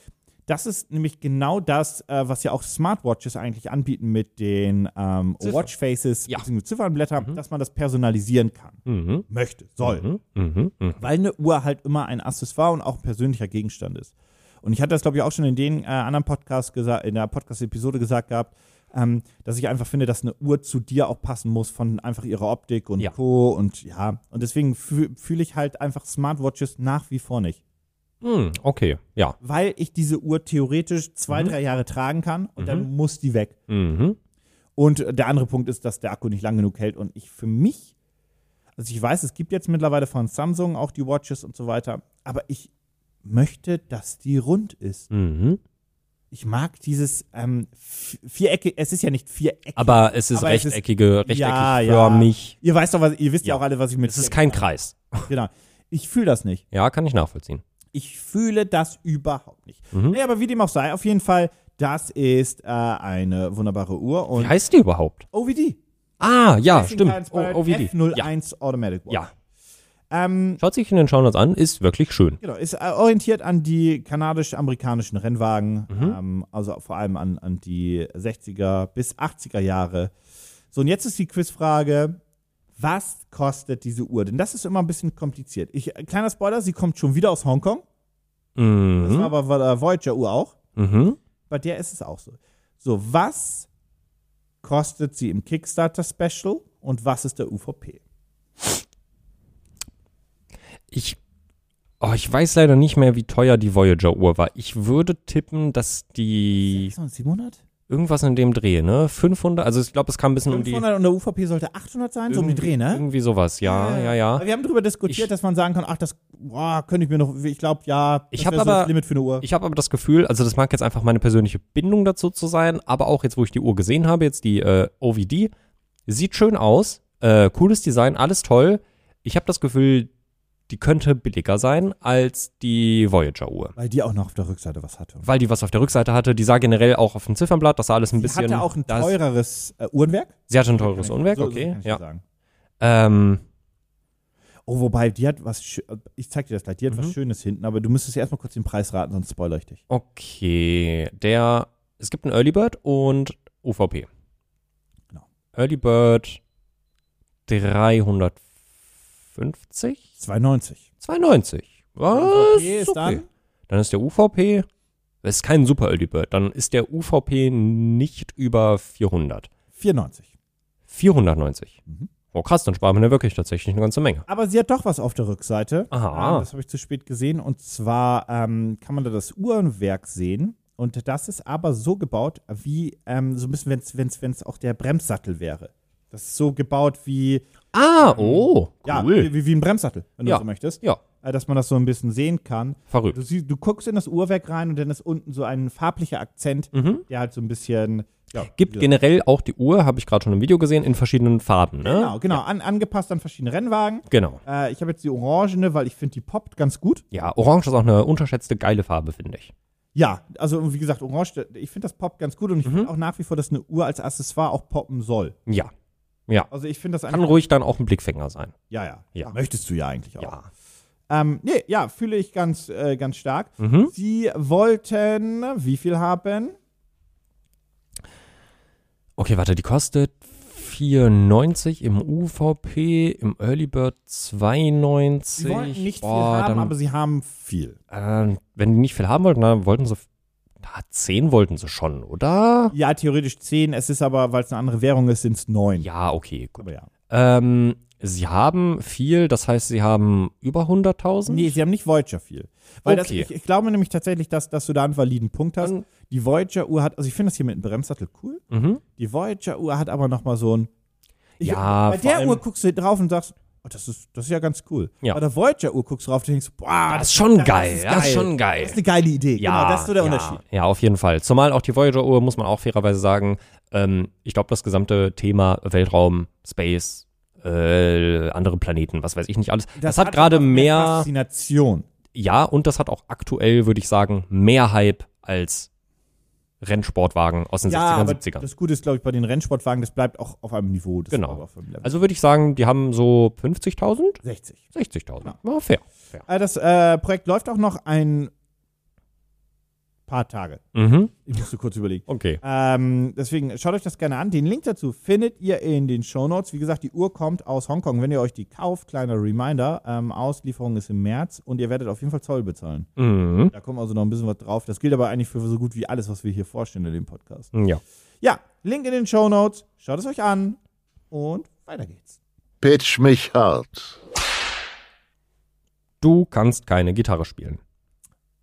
S2: das ist nämlich genau das, äh, was ja auch Smartwatches eigentlich anbieten mit den ähm,
S3: Ziffern.
S2: Watchfaces,
S3: Ja.
S2: beziehungsweise Ziffernblätter, dass man das personalisieren kann.
S3: Mhm.
S2: Möchte, soll
S3: Mhm. Mhm. Mhm.
S2: weil eine Uhr halt immer ein Accessoire und auch ein persönlicher Gegenstand ist. Und ich hatte das, glaube ich, auch schon in den äh, anderen Podcasts gesagt, in der Podcast-Episode gesagt gehabt, ähm, dass ich einfach finde, dass eine Uhr zu dir auch passen muss von einfach ihrer Optik und
S3: Ja.
S2: Co. Und ja, und deswegen fü fühle ich halt einfach Smartwatches nach wie vor nicht.
S3: Mhm. Okay. Ja.
S2: Weil ich diese Uhr theoretisch zwei,
S3: Mhm.
S2: drei Jahre tragen kann und dann muss die weg.
S3: Mhm.
S2: Und der andere Punkt ist, dass der Akku nicht lang genug hält. Und ich für mich, also ich weiß, es gibt jetzt mittlerweile von Samsung auch die Watches und so weiter, aber ich möchte, dass die rund ist.
S3: Mhm.
S2: Ich mag dieses ähm, vi- Vierecke, es ist ja nicht viereckig.
S3: Aber es ist
S2: Aber es ist-
S3: rechteckige, rechteckig
S2: Ja, ja.
S3: förmig.
S2: ihr weißt doch, was, ihr wisst ja,
S3: Ja.
S2: auch alle, was ich mit
S3: Es ist kein Kreis.
S2: genau. Ich fühle das nicht.
S3: Ja, kann ich nachvollziehen.
S2: Ich fühle das überhaupt nicht.
S3: Mhm.
S2: Nee, aber wie dem auch sei, auf jeden Fall, das ist äh, eine wunderbare Uhr
S3: Wie
S2: und
S3: heißt die überhaupt?
S2: OVD.
S3: Ah, ja, stimmt.
S2: Oh,
S3: Oh, OVD. Ja.
S2: F01 Automatic Watch.
S3: ja.
S2: Ähm,
S3: Schaut sich in den Shownouts an, ist wirklich schön.
S2: Genau, ist äh, orientiert an die kanadisch-amerikanischen Rennwagen,
S3: Mhm.
S2: ähm, also vor allem an, an die 60er bis 80er Jahre. So, und jetzt ist die Quizfrage, was kostet diese Uhr? Denn das ist immer ein bisschen kompliziert. Ich, äh, kleiner Spoiler, sie kommt schon wieder aus Hongkong, das war
S3: Mhm.
S2: aber bei der Voyager-Uhr auch,
S3: Mhm.
S2: bei der ist es auch so. So, was kostet sie im Kickstarter-Special und was ist der UVP?
S3: Ich Oh, ich weiß leider nicht mehr, wie teuer die Voyager-Uhr war. Ich würde tippen, dass die
S2: 600, 700?
S3: irgendwas in dem Dreh, ne? 500, also ich glaube, es kam ein bisschen um die
S2: 500 und der UVP sollte 800 sein, so um den Dreh, ne?
S3: irgendwie sowas. Ja, ja, ja.
S2: Aber wir haben darüber diskutiert,
S3: Ich-
S2: dass man sagen kann, ach, das boah, könnte ich mir noch, ich glaube, ja,
S3: Ich
S2: das
S3: hab
S2: wär so
S3: aber-
S2: das Limit für eine Uhr.
S3: Ich habe aber das Gefühl, also das mag jetzt einfach meine persönliche Bindung dazu zu sein, aber auch jetzt, wo ich die Uhr gesehen habe, jetzt die äh, OVD, sieht schön aus, äh, cooles Design, alles toll. Ich habe das Gefühl, die könnte billiger sein als die Voyager-Uhr.
S2: Weil die auch noch auf der Rückseite was hatte.
S3: Weil die was auf der Rückseite hatte, die sah generell auch auf dem Ziffernblatt, das sah alles ein
S2: Sie
S3: bisschen.
S2: hatte auch ein
S3: das,
S2: teureres äh, Uhrenwerk.
S3: sie hatte ein teures
S2: Kann ich-
S3: Unwerk,
S2: so- so
S3: okay.
S2: kann ich
S3: ja.
S2: sagen.
S3: Ähm,
S2: Oh, wobei, die hat was, schö- ich zeig dir das gleich, die hat
S3: Mhm.
S2: was Schönes hinten, aber du müsstest erstmal kurz den Preis raten, sonst spoiler ich dich.
S3: Okay, der, es gibt einen Early Bird und UVP.
S2: Genau.
S3: Early Bird 350?
S2: 2,90.
S3: 92. Was?
S2: Okay, ist dann?
S3: Dann ist der UVP, das ist kein Super Early Bird, dann ist der UVP nicht über 400.
S2: 4,90.
S3: 490.
S2: Mhm.
S3: Oh krass, dann sparen wir ja wirklich tatsächlich eine ganze Menge.
S2: Aber sie hat doch was auf der Rückseite.
S3: Aha.
S2: Ähm, Das habe ich zu spät gesehen. Und zwar ähm, kann man da das Uhrenwerk sehen. Und das ist aber so gebaut, wie ähm, so ein bisschen, wenn es auch der Bremssattel wäre. Das ist so gebaut wie,
S3: Ah, oh,
S2: Ähm, ja,
S3: cool.
S2: wie, wie ein Bremssattel, wenn
S3: Ja.
S2: du so möchtest.
S3: Ja,
S2: Äh, dass man das so ein bisschen sehen kann. Du,
S3: verrückt.
S2: siehst, du guckst in das Uhrwerk rein und dann ist unten so ein farblicher Akzent, der halt so ein bisschen. Ja,
S3: Mhm. Gibt
S2: wie gesagt,
S3: generell auch die Uhr, habe ich gerade schon im Video gesehen, in verschiedenen Farben, ne?
S2: Genau, genau. An, angepasst an verschiedene Rennwagen.
S3: Genau.
S2: Äh, ich habe jetzt die orangene, weil ich finde, die poppt ganz gut.
S3: Ja, Orange ist auch eine unterschätzte geile Farbe, finde ich.
S2: Ja, also wie gesagt, Orange, ich finde das poppt ganz gut und ich
S3: Mhm.
S2: finde auch nach wie vor, dass eine Uhr als Accessoire auch poppen soll.
S3: Ja. Ja.
S2: Also ich finde das
S3: Kann
S2: einfach.
S3: ruhig dann auch ein Blickfänger sein.
S2: Ja, ja,
S3: Ja.
S2: Möchtest du ja eigentlich auch.
S3: Ja.
S2: Ähm, nee, ja, fühle ich ganz, äh, ganz stark.
S3: Mhm.
S2: Sie wollten wie viel haben?
S3: Okay, warte, die kostet 4,90 im UVP, im Early Bird 92.
S2: Sie wollten nicht
S3: Boah,
S2: viel haben,
S3: dann,
S2: aber sie haben viel.
S3: ähm, wenn die nicht viel haben wollten, dann wollten sie. Na, 10 wollten sie schon, oder?
S2: Ja, theoretisch 10, es ist aber, weil es eine andere Währung ist, sind es 9.
S3: Ja, okay, gut.
S2: Aber ja.
S3: Ähm, sie haben viel, das heißt, sie haben über 100.000?
S2: Nee, sie haben nicht Voyager viel. Weil
S3: Okay.
S2: das, ich, ich glaube nämlich tatsächlich, dass, dass du da einen validen Punkt hast.
S3: Dann-
S2: die Voyager-Uhr hat, also ich finde das hier mit dem Bremssattel cool.
S3: Mhm.
S2: Die Voyager-Uhr hat aber nochmal so ein. Ich-
S3: Ja,
S2: Bei
S3: vor
S2: der
S3: allem-
S2: Uhr guckst du drauf und sagst, oh, das, ist, das ist ja ganz cool.
S3: Ja.
S2: Bei der Voyager-Uhr guckst du drauf und denkst, boah,
S3: Ah, Das ist schon geil.
S2: Ah, ist
S3: Das ist
S2: geil.
S3: schon geil.
S2: das ist eine geile Idee. genau, das ist so der
S3: ja,
S2: Unterschied.
S3: Ja, auf jeden Fall. Zumal auch die Voyager-Uhr, muss man auch fairerweise sagen, ähm, ich glaube, das gesamte Thema Weltraum, Space, äh, andere Planeten, was weiß ich nicht alles, das, hat, gerade
S2: einfach
S3: mehr,
S2: Faszination.
S3: ja, und das hat auch aktuell, würde ich sagen, mehr Hype als Rennsportwagen aus den
S2: Ja, aber
S3: 60ern, 70ern.
S2: das Gute ist, glaube ich, bei den Rennsportwagen, das bleibt auch auf einem Niveau. Das
S3: Genau.
S2: bleibt Auf einem Level.
S3: Also würde ich sagen, die haben so 50.000,
S2: 60.
S3: 60.000. War fair. fair.
S2: Äh, Das äh, Projekt läuft auch noch ein paar Tage.
S3: Mhm.
S2: Ich musste kurz überlegen.
S3: Okay.
S2: Ähm, deswegen schaut euch das gerne an. Den Link dazu findet ihr in den Show Notes. Wie gesagt, die Uhr kommt aus Hongkong. Wenn ihr euch die kauft, kleiner Reminder: ähm, Auslieferung ist im März und ihr werdet auf jeden Fall Zoll bezahlen.
S3: Mhm.
S2: Da kommt also noch ein bisschen was drauf. Das gilt aber eigentlich für so gut wie alles, was wir hier vorstellen in dem Podcast.
S3: Ja.
S2: Ja, Link in den Show Notes. Schaut es euch an und weiter geht's.
S1: Pitch mich hart.
S3: Du kannst keine Gitarre spielen.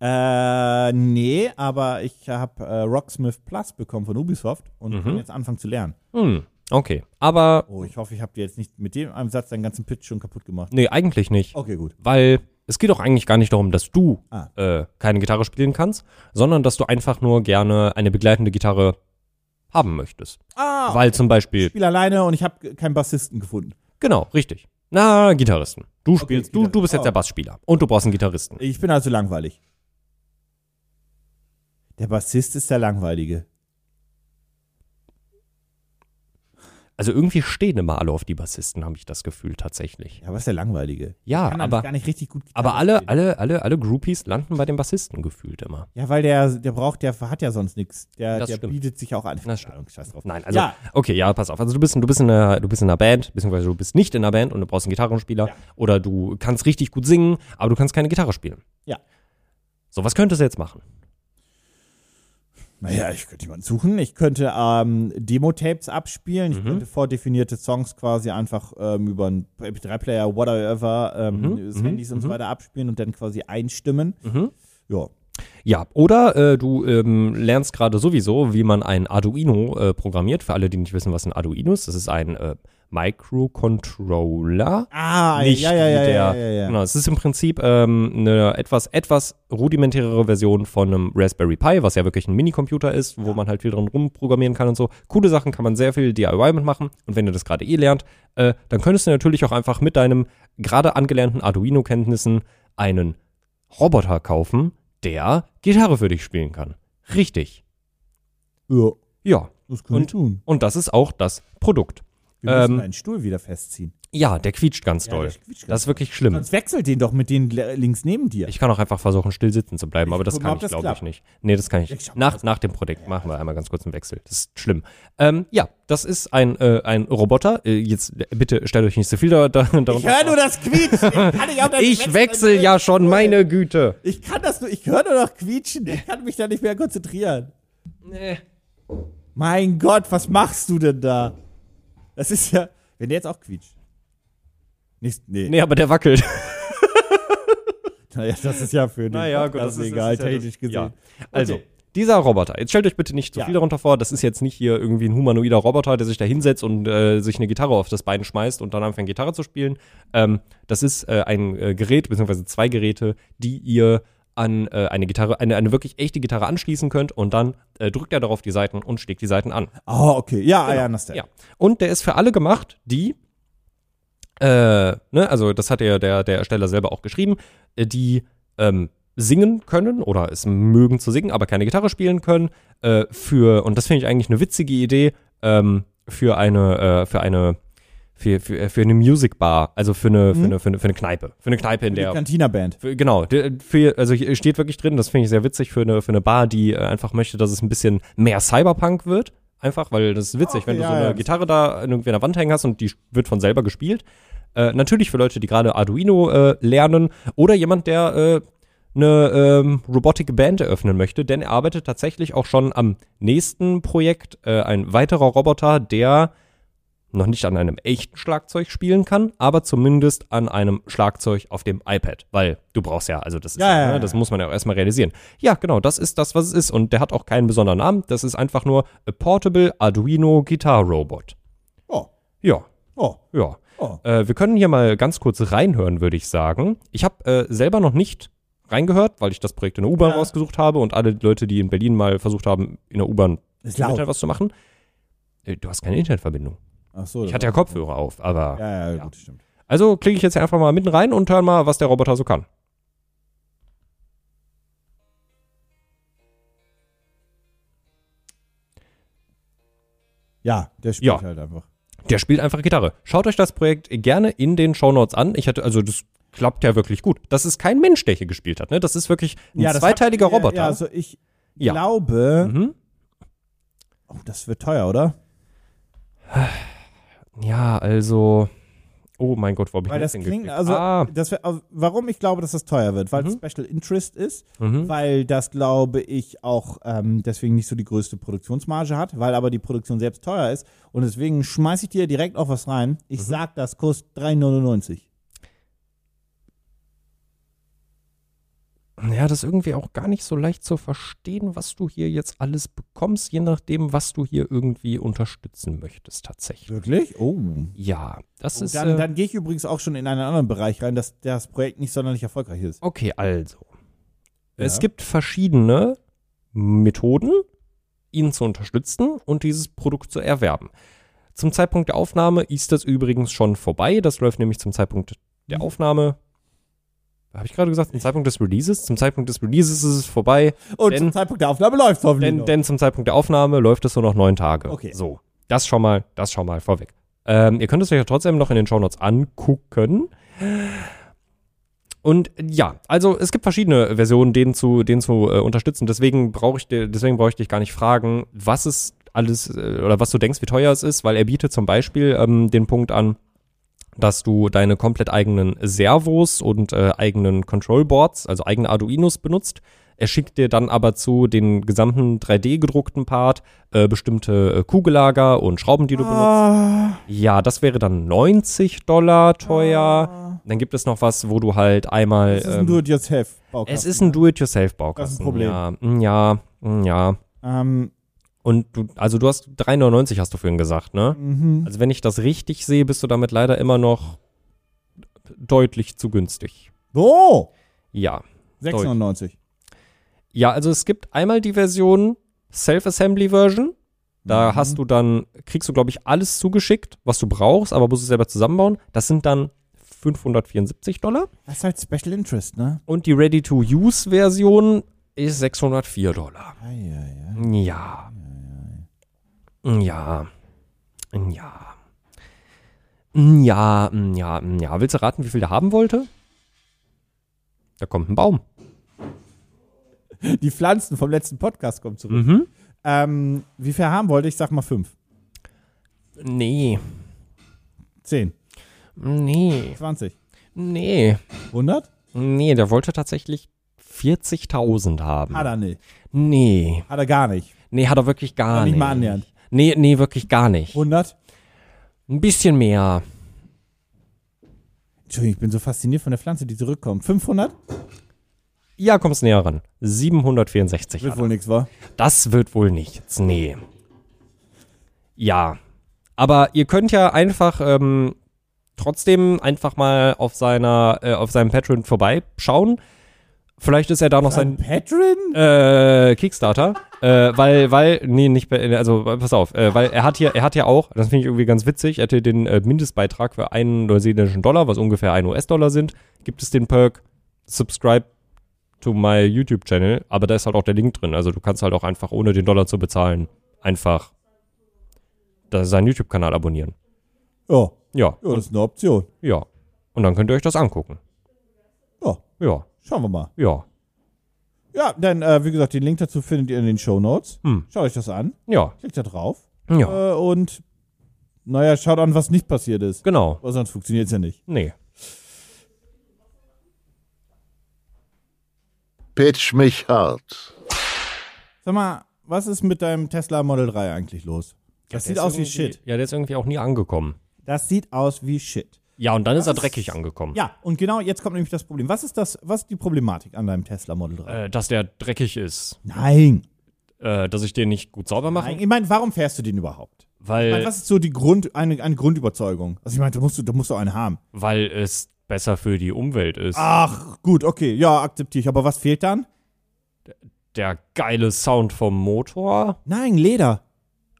S2: Äh, nee, aber ich habe äh, Rocksmith Plus bekommen von Ubisoft und kann jetzt anfangen zu lernen.
S3: Hm. Okay. Aber,
S2: Oh, ich hoffe, ich habe dir jetzt nicht mit dem einem Satz deinen ganzen Pitch schon kaputt gemacht.
S3: nee, eigentlich nicht.
S2: Okay, gut.
S3: weil es geht auch eigentlich gar nicht darum, dass du
S2: Ah.
S3: äh, keine Gitarre spielen kannst, sondern dass du einfach nur gerne eine begleitende Gitarre haben möchtest.
S2: Ah,
S3: Weil zum
S2: Ich
S3: Beispiel,
S2: spiele alleine und ich habe keinen Bassisten gefunden.
S3: genau, richtig. Na, Gitarristen. Du spielst, du,
S2: Gitarre.
S3: du bist jetzt
S2: Oh.
S3: der Bassspieler und du brauchst einen Gitarristen.
S2: Ich bin also langweilig. Der Bassist ist der Langweilige.
S3: Also irgendwie stehen immer alle auf die Bassisten, habe ich das Gefühl tatsächlich.
S2: Ja, was ist der Langweilige?
S3: Ja,
S2: Kann aber
S3: Ah, aber,
S2: gar nicht richtig gut. Gitarre
S3: aber alle,
S2: spielen.
S3: alle, alle, alle Groupies landen bei den Bassisten gefühlt immer.
S2: Ja, weil der, der braucht, der hat ja sonst nichts. Der,
S3: Das
S2: der
S3: stimmt.
S2: bietet sich auch an.
S3: Das
S2: Keine Ahnung, Scheiß drauf.
S3: Nein, also,
S2: Ja.
S3: okay, ja, pass auf. Also, du bist, du bist, in einer, du bist in einer Band, beziehungsweise du bist nicht in einer Band und du brauchst einen Gitarrenspieler
S2: Ja.
S3: oder du kannst richtig gut singen, aber du kannst keine Gitarre spielen.
S2: Ja.
S3: So, was könntest du jetzt machen?
S2: Naja, ich könnte jemanden suchen. Ich könnte ähm, Demo-Tapes abspielen.
S3: Mhm.
S2: Ich könnte vordefinierte Songs quasi einfach ähm, über einen MP3-Player, whatever, ähm,
S3: Mhm.
S2: des Handys und so weiter abspielen und dann quasi einstimmen. Ja.
S3: Ja, oder äh, du ähm, lernst gerade sowieso, wie man ein Arduino äh, programmiert. Für alle, die nicht wissen, was ein Arduino ist, das ist ein äh, Microcontroller.
S2: Ah,
S3: Nicht
S2: ja, ja, ja,
S3: wie der,
S2: ja, ja, ja.
S3: Genau, es ist im Prinzip ähm, eine etwas, etwas rudimentärere Version von einem Raspberry Pi, was ja wirklich ein Minicomputer ist, wo man halt viel dran rumprogrammieren kann und so. Coole Sachen kann man sehr viel DIY mitmachen. Und wenn ihr das gerade eh lernt, äh, dann könntest du natürlich auch einfach mit deinem gerade angelernten Arduino-Kenntnissen einen Roboter kaufen, der Gitarre für dich spielen kann. Richtig. Genau.
S2: ja.
S3: Ja.
S2: Das können wir tun.
S3: Und das ist auch das Produkt.
S2: Wir müssen
S3: Ähm,
S2: einen Stuhl wieder festziehen.
S3: Ja, der quietscht ganz
S2: Ja,
S3: doll.
S2: der quietscht ganz
S3: das ist wirklich schlimm.
S2: Sonst wechselt den doch mit denen le- links neben dir.
S3: Ich kann auch einfach versuchen, still sitzen zu bleiben,
S2: Ich
S3: aber das
S2: guck
S3: kann
S2: mal,
S3: ich,
S2: ob das
S3: glaube ich,
S2: klappt.
S3: nicht. Nee, das kann ich.
S2: Ich schau mal,
S3: nach,
S2: was-
S3: nach dem Projekt machen wir einmal ganz kurz einen Wechsel. Das ist schlimm. Ähm, ja, das ist ein, äh, ein Roboter. Äh, jetzt äh, bitte stellt euch nicht so viel da, da, darunter.
S2: Ich höre nur das Quietschen. Ich, kann nicht auf das
S3: ich
S2: Wechseln
S3: wechsel
S2: hören.
S3: ja schon, meine Güte.
S2: Ich kann das nur, ich höre nur noch quietschen. Ich kann mich da nicht mehr konzentrieren.
S3: Nee.
S2: Mein Gott, was machst du denn da? Das ist ja, wenn der jetzt auch quietscht. Nicht, nee.
S3: aber der wackelt.
S2: Naja, das ist ja für den
S3: Naja, gut,
S2: Podcast
S3: das ist-
S2: egal,
S3: das ist ja das-
S2: technisch gesehen.
S3: ja. Also,
S2: Okay.
S3: dieser Roboter. Jetzt stellt euch bitte nicht zu
S2: Ja.
S3: viel darunter vor. Das ist jetzt nicht hier irgendwie ein humanoider Roboter, der sich da hinsetzt und äh, sich eine Gitarre auf das Bein schmeißt und dann anfängt, Gitarre zu spielen. Ähm, das ist äh, ein äh, Gerät, beziehungsweise zwei Geräte, die ihr an äh, eine Gitarre, eine, eine wirklich echte Gitarre anschließen könnt und dann äh, drückt er darauf die Saiten und schlägt die Saiten an.
S2: Oh, okay. Ja, ah, ja, understand.
S3: Genau. Ja. Und der ist für alle gemacht, die, äh, ne, also das hat ja der, der Ersteller selber auch geschrieben, äh, die ähm, singen können oder es mögen zu singen, aber keine Gitarre spielen können. Äh, für, und das finde ich eigentlich eine witzige Idee, ähm, für eine, äh, für eine, für, für, äh, für eine Music Bar, also für eine, für, eine, für, eine, für eine Kneipe. Für eine Kneipe, in
S2: Die
S3: der
S2: Cantina-Band.
S3: für, genau, der- für, also hier steht wirklich drin, das finde ich sehr witzig für eine, für eine Bar, die äh, einfach möchte, dass es ein bisschen mehr Cyberpunk wird. Einfach, weil das ist witzig,
S2: Okay,
S3: wenn du so
S2: ja,
S3: eine
S2: ja.
S3: Gitarre da irgendwie an der Wand hängen hast und die wird von selber gespielt. Äh, natürlich für Leute, die gerade Arduino äh, lernen oder jemand, der äh, eine ähm, Robotic Band eröffnen möchte, denn er arbeitet tatsächlich auch schon am nächsten Projekt, äh, ein weiterer Roboter, der noch nicht an einem echten Schlagzeug spielen kann, aber zumindest an einem Schlagzeug auf dem iPad, weil du brauchst ja, also das ist,
S2: Ja,
S3: ja,
S2: ja,
S3: ne,
S2: ja.
S3: das muss man ja auch erstmal realisieren. Ja, genau, das ist das, was es ist und der hat auch keinen besonderen Namen, das ist einfach nur a Portable Arduino Guitar Robot.
S2: Oh,
S3: Ja,
S2: oh,
S3: ja.
S2: oh.
S3: Äh, wir können hier mal ganz kurz reinhören, würde ich sagen. Ich habe äh, selber noch nicht reingehört, weil ich das Projekt in der U-Bahn
S2: Ja.
S3: rausgesucht habe und alle Leute, die in Berlin mal versucht haben, in der U-Bahn
S2: Ist
S3: im
S2: laut.
S3: Internet was zu machen. Äh, du hast keine Internetverbindung.
S2: Ach so.
S3: Ich
S2: das
S3: hatte ja Kopfhörer auf,
S2: war-
S3: aber.
S2: ja, ja, gut, stimmt.
S3: Also klicke ich jetzt hier einfach mal mitten rein und höre mal, was der Roboter so kann.
S2: Ja, der spielt
S3: Ja.
S2: halt einfach.
S3: Der spielt einfach Gitarre. Schaut euch das Projekt gerne in den Shownotes an. Ich hatte, also das klappt ja wirklich gut. Das ist kein Mensch, der hier gespielt hat, ne? Das ist wirklich ein
S2: Ja, das hat-
S3: zweiteiliger
S2: ja,
S3: Roboter.
S2: Ja, also ich
S3: Ja.
S2: glaube,
S3: mhm.
S2: oh, das wird teuer, oder?
S3: ja, also. Oh mein Gott, wo habe ich
S2: Weil
S3: denn
S2: das
S3: den
S2: klingt,
S3: geklickt?
S2: also,
S3: Ah,
S2: das wär, also, warum ich glaube, dass das teuer wird, weil es Special Interest ist,
S3: Mhm.
S2: weil das, glaube ich, auch ähm, deswegen nicht so die größte Produktionsmarge hat, weil aber die Produktion selbst teuer ist und deswegen schmeiße ich dir direkt auch was rein.
S3: Mhm.
S2: Ich sag, das kostet 3,99.
S3: ja, das ist irgendwie auch gar nicht so leicht zu verstehen, was du hier jetzt alles bekommst, je nachdem, was du hier irgendwie unterstützen möchtest, tatsächlich.
S2: Wirklich? Oh.
S3: Ja, das ist.
S2: Dann,
S3: äh,
S2: dann gehe ich übrigens auch schon in einen anderen Bereich rein, dass das Projekt nicht sonderlich erfolgreich ist.
S3: Okay, also. Es
S2: Ja.
S3: gibt verschiedene Methoden, ihn zu unterstützen und dieses Produkt zu erwerben. Zum Zeitpunkt der Aufnahme ist das übrigens schon vorbei. Das läuft nämlich zum Zeitpunkt
S2: Mhm.
S3: der Aufnahme. Habe ich gerade gesagt, zum Zeitpunkt des Releases? Zum Zeitpunkt des Releases ist es vorbei,
S2: Und
S3: Denn-
S2: zum Zeitpunkt der Aufnahme läuft es hoffentlich.
S3: denn,
S2: noch.
S3: denn zum Zeitpunkt der Aufnahme läuft es nur noch neun Tage.
S2: Okay.
S3: So, das schon mal, das schon mal vorweg. Ähm, ihr könnt es euch ja trotzdem noch in den Shownotes angucken. Und äh, ja, also es gibt verschiedene Versionen, den zu, den zu äh, unterstützen. Deswegen brauche ich, dir- deswegen brauche ich dich gar nicht fragen, was es alles äh, oder was du denkst, wie teuer es ist, weil er bietet zum Beispiel ähm, den Punkt an, dass du deine komplett eigenen Servos und äh, eigenen Control Boards, also eigene Arduinos benutzt, Er schickt dir dann aber zu den gesamten 3D-gedruckten Part äh, bestimmte äh, Kugellager und Schrauben, die du benutzt.
S2: Ah,
S3: Ja, das wäre dann 90 Dollar teuer.
S2: ah.
S3: Dann gibt es noch was, wo du halt einmal.
S2: Das ist ein
S3: Äh, ähm,
S2: Do-it-yourself.
S3: es ist ein Do-it-yourself-Baukasten.
S2: Das ist ein Problem.
S3: Ja, mm, ja, mm, ja.
S2: Ähm,
S3: Und du, also du hast 3,99 hast du vorhin gesagt, ne?
S2: mhm.
S3: Also wenn ich das richtig sehe, bist du damit leider immer noch deutlich zu günstig.
S2: Oh,
S3: Ja.
S2: 96.
S3: Ja, also es gibt einmal die Version Self-Assembly-Version. Da
S2: Mhm.
S3: hast du dann, kriegst du, glaube ich, alles zugeschickt, was du brauchst, aber musst es selber zusammenbauen. Das sind dann 574 Dollar.
S2: Das ist halt Special Interest, ne?
S3: Und die Ready-to-Use-Version ist 604 Dollar.
S2: Ah, ja, ja.
S3: Ja. Ja. Ja. Ja, ja, ja. Willst du raten, wie viel der haben wollte? Da kommt ein Baum.
S2: Die Pflanzen vom letzten Podcast kommen zurück.
S3: Mhm.
S2: Ähm, wie viel haben wollte ich? Sag mal fünf.
S3: Nee.
S2: Zehn.
S3: Nee.
S2: 20.
S3: Nee.
S2: 100?
S3: Nee, der wollte tatsächlich 40.000 haben.
S2: Hat er nicht.
S3: Nee.
S2: Hat er gar nicht.
S3: Nee, hat er wirklich gar
S2: Noch
S3: nicht.
S2: nicht mal annähernd.
S3: Nee, nee, wirklich gar nicht.
S2: 100?
S3: Ein bisschen mehr.
S2: Entschuldigung, ich bin so fasziniert von der Pflanze, die zurückkommt. 500?
S3: Ja, kommst näher ran. 764.
S2: Wird
S3: hat er.
S2: wohl nichts, wa?
S3: Das wird wohl nichts, nee. Ja. Aber ihr könnt ja einfach ähm, trotzdem einfach mal auf seiner, äh, auf seinem Patreon vorbeischauen. Vielleicht ist er da noch sein
S2: Patron?
S3: äh, Kickstarter, äh, weil, weil, nee, nicht, bei- also pass auf, äh, weil er hat hier, er hat ja auch, das finde ich irgendwie ganz witzig, er hatte den äh, Mindestbeitrag für einen neuseeländischen Dollar, was ungefähr ein US-Dollar sind, gibt es den Perk Subscribe to my YouTube-Channel, aber da ist halt auch der Link drin, also du kannst halt auch einfach, ohne den Dollar zu bezahlen, einfach da seinen YouTube-Kanal abonnieren.
S2: Ja.
S3: Ja,
S2: ja, das ist eine Option.
S3: ja. Und dann könnt ihr euch das angucken.
S2: Ja,
S3: Ja,
S2: schauen wir mal.
S3: ja,
S2: Ja, dann, äh, wie gesagt, den Link dazu findet ihr in den Show Notes.
S3: Hm.
S2: Schaut euch das an.
S3: ja,
S2: Klickt da drauf.
S3: ja,
S2: Äh, und, naja, schaut an, was nicht passiert ist.
S3: genau,
S2: Aber sonst funktioniert es ja nicht.
S3: nee.
S1: Pitch mich hart.
S2: Sag mal, was ist mit deinem Tesla Model 3 eigentlich los? Das
S3: Der
S2: sieht
S3: ist
S2: aus wie
S3: irgendwie-
S2: Shit.
S3: Ja, der ist irgendwie auch nie angekommen.
S2: Das sieht aus wie Shit.
S3: Ja, und dann ist er dreckig angekommen.
S2: Ja, und genau jetzt kommt nämlich das Problem. Was ist das, was ist die Problematik an deinem Tesla Model 3?
S3: Äh, dass der dreckig ist.
S2: Nein.
S3: Äh, dass ich den nicht gut sauber mache.
S2: Nein. Ich meine, warum fährst du den überhaupt? Ich
S3: Weil,
S2: meine, was ist so die Grund, eine, eine Grundüberzeugung? Also ich meine, da musst du, da musst du einen haben.
S3: weil es besser für die Umwelt ist.
S2: Ah. Ach, gut, okay, ja, akzeptiere ich. Aber was fehlt dann?
S3: Der geile Sound vom Motor.
S2: Nein, Leder.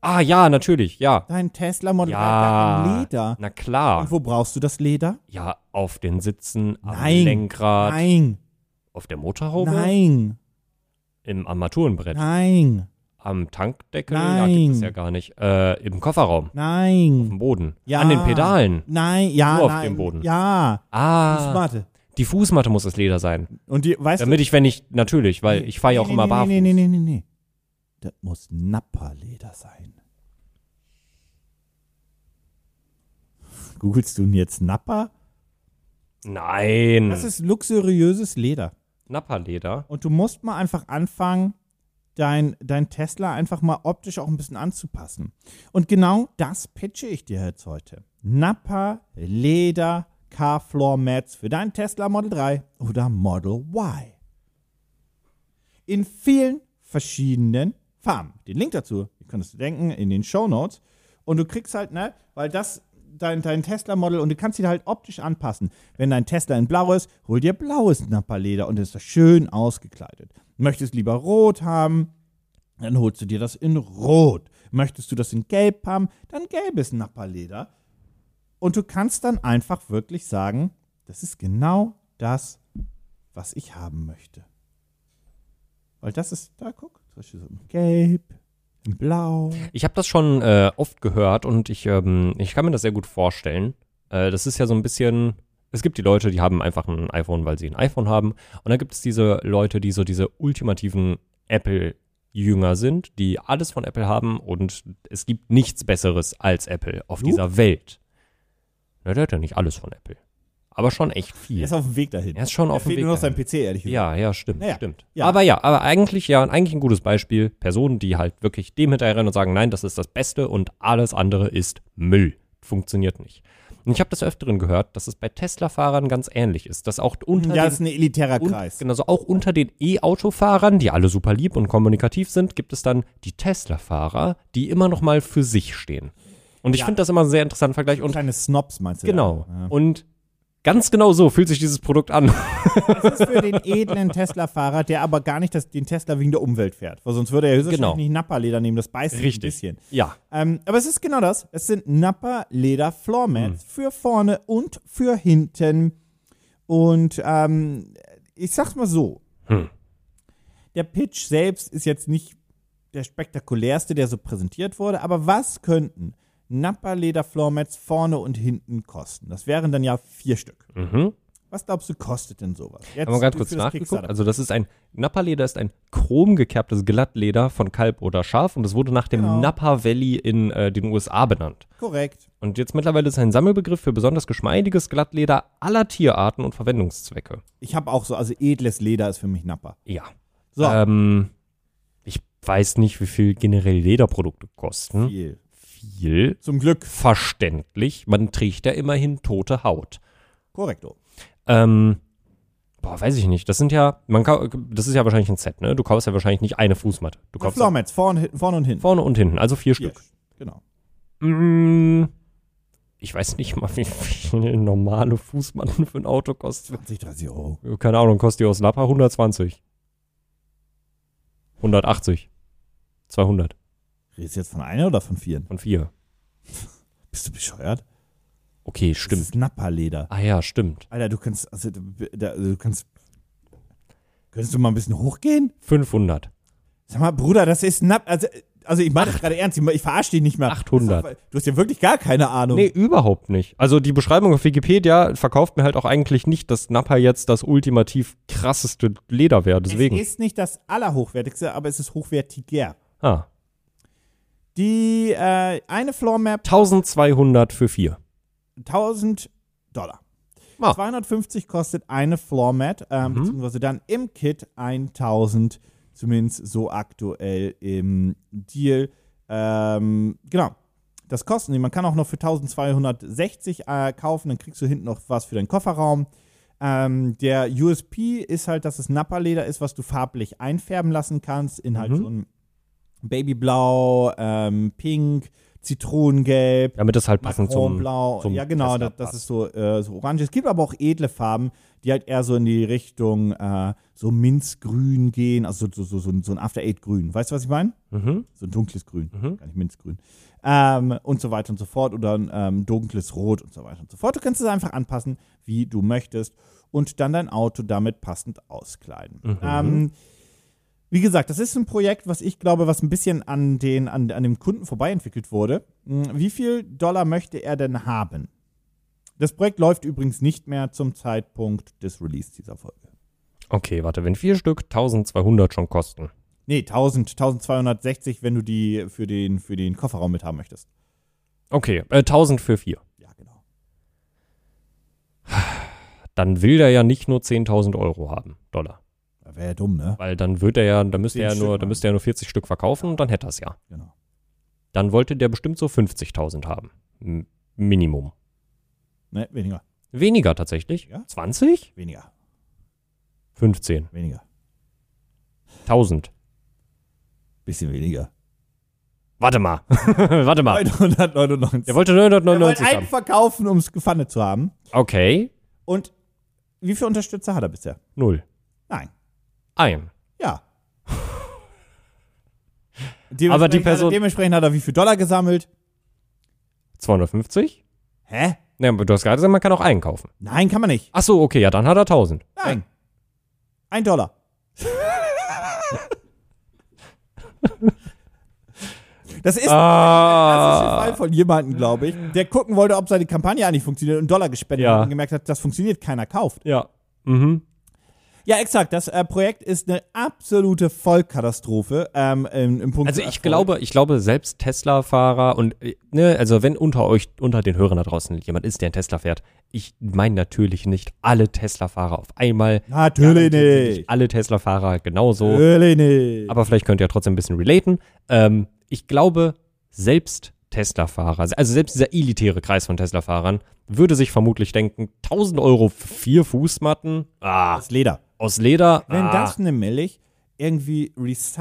S3: Ah ja, natürlich, ja.
S2: Dein Tesla Model 3 hat
S3: Ja.
S2: ein Leder.
S3: Na
S2: Und
S3: klar.
S2: wo brauchst du das Leder?
S3: Ja, auf den Sitzen, am
S2: Nein.
S3: Lenkrad,
S2: Nein,
S3: auf der Motorhaube,
S2: nein,
S3: im Armaturenbrett,
S2: nein,
S3: am Tankdeckel, ja,
S2: Nein.
S3: gibt es ja gar nicht. Äh, im Kofferraum,
S2: nein.
S3: im Boden,
S2: Ja.
S3: an den Pedalen.
S2: Nein, ja,
S3: Nur auf
S2: nein.
S3: dem Boden.
S2: Ja,
S3: Ah,
S2: warte.
S3: die Fußmatte muss das Leder sein.
S2: Und die, weißt
S3: Damit ich, wenn ich, natürlich, weil ich fahre ja auch
S2: nee,
S3: immer
S2: nee,
S3: barfuß.
S2: Nee, nee, nee, nee, nee. Das muss Nappa-Leder sein. Googlest du jetzt Nappa?
S3: Nein.
S2: Das ist luxuriöses Leder.
S3: Napperleder.
S2: Und du musst mal einfach anfangen, dein, dein Tesla einfach mal optisch auch ein bisschen anzupassen. Und genau das pitche ich dir jetzt heute. Nappa, Leder, Carfloor Mats für deinen Tesla Model 3 oder Model Y. In vielen verschiedenen Farben. Den Link dazu, ihr könnt es denken, in den Show Notes. Und du kriegst halt, ne, weil das dein, dein Tesla Model und du kannst ihn halt optisch anpassen. Wenn dein Tesla in blau ist, hol dir blaues Nappa-Leder und ist das schön ausgekleidet. Möchtest lieber rot haben, dann holst du dir das in rot. Möchtest du das in gelb haben, dann gelbes Nappa-Leder. Und du kannst dann einfach wirklich sagen, das ist genau das, was ich haben möchte. Weil das ist, da guck, zum Beispiel so in gelb, in blau.
S3: Ich habe das schon äh, oft gehört und ich, ähm, ich kann mir das sehr gut vorstellen. Äh, das ist ja so ein bisschen. Es gibt die Leute, die haben einfach ein iPhone, weil sie ein iPhone haben. Und dann gibt es diese Leute, die so diese ultimativen Apple-Jünger sind, die alles von Apple haben und es gibt nichts Besseres als Apple auf
S2: Luke?
S3: dieser Welt. Na, der hat ja nicht alles von Apple. Aber schon echt viel.
S2: Er ist auf dem Weg dahin.
S3: Er ist schon auf dem
S2: fehlt
S3: Weg
S2: nur noch
S3: dahin.
S2: sein PC, ehrlich gesagt.
S3: Ja, ja, stimmt,
S2: Naja,
S3: stimmt.
S2: ja.
S3: Aber ja, aber eigentlich ja, eigentlich ein gutes Beispiel. Personen, die halt wirklich dem hinterherrennen und sagen, nein, das ist das Beste und alles andere ist Müll. Funktioniert nicht. Und ich habe des Öfteren gehört, dass es bei Tesla-Fahrern ganz ähnlich ist. Dass auch unter
S2: Ja,
S3: den
S2: das ist ein elitärer
S3: und,
S2: Kreis.
S3: Genau, so auch unter den E-Autofahrern, die alle super lieb und kommunikativ sind, gibt es dann die Tesla-Fahrer, die immer noch mal für sich stehen. Und ich
S2: Ja.
S3: finde das immer einen sehr interessanten Vergleich. Und
S2: Kleine Snobs meinst du?
S3: genau.
S2: da? Ja.
S3: Und ganz genau so fühlt sich dieses Produkt an.
S2: Das ist für den edlen Tesla-Fahrer, der aber gar nicht das, den Tesla wegen der Umwelt fährt. Weil sonst würde er höchstwahrscheinlich
S3: Genau.
S2: nicht Nappa-Leder nehmen, das beißt sich ein bisschen.
S3: Ja.
S2: Ähm, aber es ist genau das. Es sind
S3: Hm.
S2: Nappa-Leder-Floormats für vorne und für hinten. Und ähm, ich sag's mal so:
S3: Hm.
S2: Der Pitch selbst ist jetzt nicht der spektakulärste, der so präsentiert wurde. Aber was könnten Nappa-Leder-Floormats vorne und hinten kosten? Das wären dann ja vier Stück.
S3: Mhm.
S2: Was glaubst du, kostet denn sowas? Jetzt
S3: Haben wir ganz
S2: für
S3: kurz
S2: das
S3: nachgeguckt.
S2: Kickstarter.
S3: Also das ist ein Nappa-Leder ist ein chromgekerbtes Glattleder von Kalb oder Schaf und es wurde nach dem
S2: Genau.
S3: Napa Valley in äh, den USA benannt.
S2: Korrekt.
S3: Und jetzt mittlerweile ist es ein Sammelbegriff für besonders geschmeidiges Glattleder aller Tierarten und Verwendungszwecke.
S2: Ich habe auch so, also edles Leder ist für mich Nappa.
S3: Ja.
S2: So,
S3: Ähm, ich weiß nicht, wie viel generell Lederprodukte kosten.
S2: viel.
S3: Viel.
S2: Zum Glück,
S3: Verständlich. Man trägt ja immerhin tote Haut.
S2: korrekto.
S3: Ähm, boah, weiß ich nicht. Das sind ja, man kann, das ist ja wahrscheinlich ein Set, ne? Du kaufst ja wahrscheinlich nicht eine Fußmatte. Du
S2: Na,
S3: kaufst ja
S2: Floormats, vorne, hinten- vorne und hinten.
S3: vorne und hinten, also vier Stück.
S2: Yes, Genau.
S3: Mm, ich weiß nicht mal, wie viel eine normale Fußmatten für ein Auto kostet.
S2: 20, 30 Euro.
S3: Keine Ahnung, kostet die aus Napa 120. 180. 200
S2: Redest du jetzt von einer oder von vieren?
S3: von vier.
S2: Bist du bescheuert?
S3: Okay,
S2: Das
S3: stimmt.
S2: ist Nappa-Leder.
S3: Ah ja, stimmt.
S2: Alter, du kannst, also, da, also, du kannst, könntest du mal ein bisschen hochgehen?
S3: 500.
S2: Sag mal, Bruder, das ist Nappa, also, also ich meine das gerade ernst, ich, ich verarsche dich nicht mehr.
S3: 800.
S2: Das ist doch- Du hast ja wirklich gar keine Ahnung.
S3: Nee, überhaupt nicht. Also die Beschreibung auf Wikipedia verkauft mir halt auch eigentlich nicht, dass Napa jetzt das ultimativ krasseste Leder wäre. Deswegen.
S2: Es ist nicht das allerhochwertigste, aber es ist hochwertiger.
S3: Ah,
S2: Die äh, eine Floormap
S3: 1200 für vier.
S2: 1000 Dollar.
S3: Ah.
S2: 250 kostet eine Floormat, ähm, beziehungsweise dann im Kit 1000, zumindest so aktuell im Deal. Ähm, genau. Das kosten die. Man kann auch noch für 1260 äh, kaufen, dann kriegst du hinten noch was für deinen Kofferraum. Ähm, der USP ist halt, dass es Nappa-Leder ist, was du farblich einfärben lassen kannst, in halt so ein Babyblau, ähm, Pink, Zitronengelb.
S3: Damit das halt passend zum,
S2: Blau,
S3: zum
S2: ja genau,
S3: Tesla
S2: das, das
S3: passt.
S2: ist so, äh, so orange. Es gibt aber auch edle Farben, die halt eher so in die Richtung äh, so Minzgrün gehen, also so, so, so, so ein After-Eight-Grün. Weißt du, was ich meine?
S3: Mhm.
S2: So ein dunkles Grün, gar nicht Minzgrün. Ähm, und so weiter und so fort oder ein ähm, dunkles Rot und so weiter und so fort. Du kannst es einfach anpassen, wie du möchtest und dann dein Auto damit passend auskleiden. Ähm, wie gesagt, das ist ein Projekt, was ich glaube, was ein bisschen an, den, an, an dem Kunden vorbei entwickelt wurde. Hm, Wie viel Dollar möchte er denn haben? Das Projekt läuft übrigens nicht mehr zum Zeitpunkt des Release dieser Folge.
S3: Okay, warte, wenn vier Stück 1200 schon kosten.
S2: Nee, 1000, 1260, wenn du die für den, für den Kofferraum mit haben möchtest.
S3: Okay, äh, 1000 für vier.
S2: Ja, genau.
S3: Dann will der ja nicht nur 10.000 Euro haben, Dollar.
S2: Wäre ja dumm, ne?
S3: Weil dann wird er ja, dann müsste
S2: Zehn
S3: er ja
S2: Stück
S3: nur, dann
S2: machen.
S3: müsste er nur 40 Stück verkaufen und dann hätte er es ja.
S2: Genau.
S3: Dann wollte der bestimmt so 50.000 haben. M Minimum.
S2: Ne, weniger,
S3: Weniger tatsächlich.
S2: Ja?
S3: 20?
S2: weniger,
S3: 15.
S2: weniger.
S3: 1000.
S2: Bisschen weniger.
S3: Warte mal. Warte mal.
S2: 999.
S3: Ah. Der wollte 999
S2: wollte einen
S3: haben.
S2: verkaufen, um es gefandet zu haben.
S3: Okay.
S2: Und wie viele Unterstützer hat er bisher?
S3: Null.
S2: Nein.
S3: Ein.
S2: Ja. Dementsprechend
S3: Aber die
S2: hat er-
S3: Person-
S2: dementsprechend hat er wie viel Dollar gesammelt?
S3: 250?
S2: Hä?
S3: Ja, aber du hast gerade gesagt, man kann auch einen kaufen.
S2: Nein, kann man nicht.
S3: Ach so, okay, ja, dann hat er 1000.
S2: Nein. Ein Dollar. Das ist Das ist der
S3: Ah.
S2: Fall von jemandem, glaube ich, der gucken wollte, ob seine Kampagne eigentlich funktioniert und Dollar gespendet
S3: Ja.
S2: hat und gemerkt hat, das funktioniert, keiner kauft.
S3: Ja. Mhm.
S2: Ja, exakt. Das äh, Projekt ist eine absolute Vollkatastrophe ähm, im, im Punkt.
S3: Also ich
S2: Erfolg.
S3: glaube, ich glaube, selbst Tesla-Fahrer und äh, ne, also wenn unter euch, unter den Hörern da draußen jemand ist, der einen Tesla fährt, ich meine natürlich nicht alle Tesla-Fahrer auf einmal.
S2: Natürlich nicht.
S3: Alle Tesla-Fahrer genauso.
S2: Natürlich nicht.
S3: Also- Aber vielleicht könnt ihr ja trotzdem ein bisschen relaten. Ähm, ich glaube, selbst Tesla-Fahrer, also selbst dieser elitäre Kreis von Tesla-Fahrern, würde sich vermutlich denken, 1000 Euro für vier Fußmatten ah,
S2: das Leder.
S3: aus Leder,
S2: Wenn
S3: ah,
S2: das nämlich irgendwie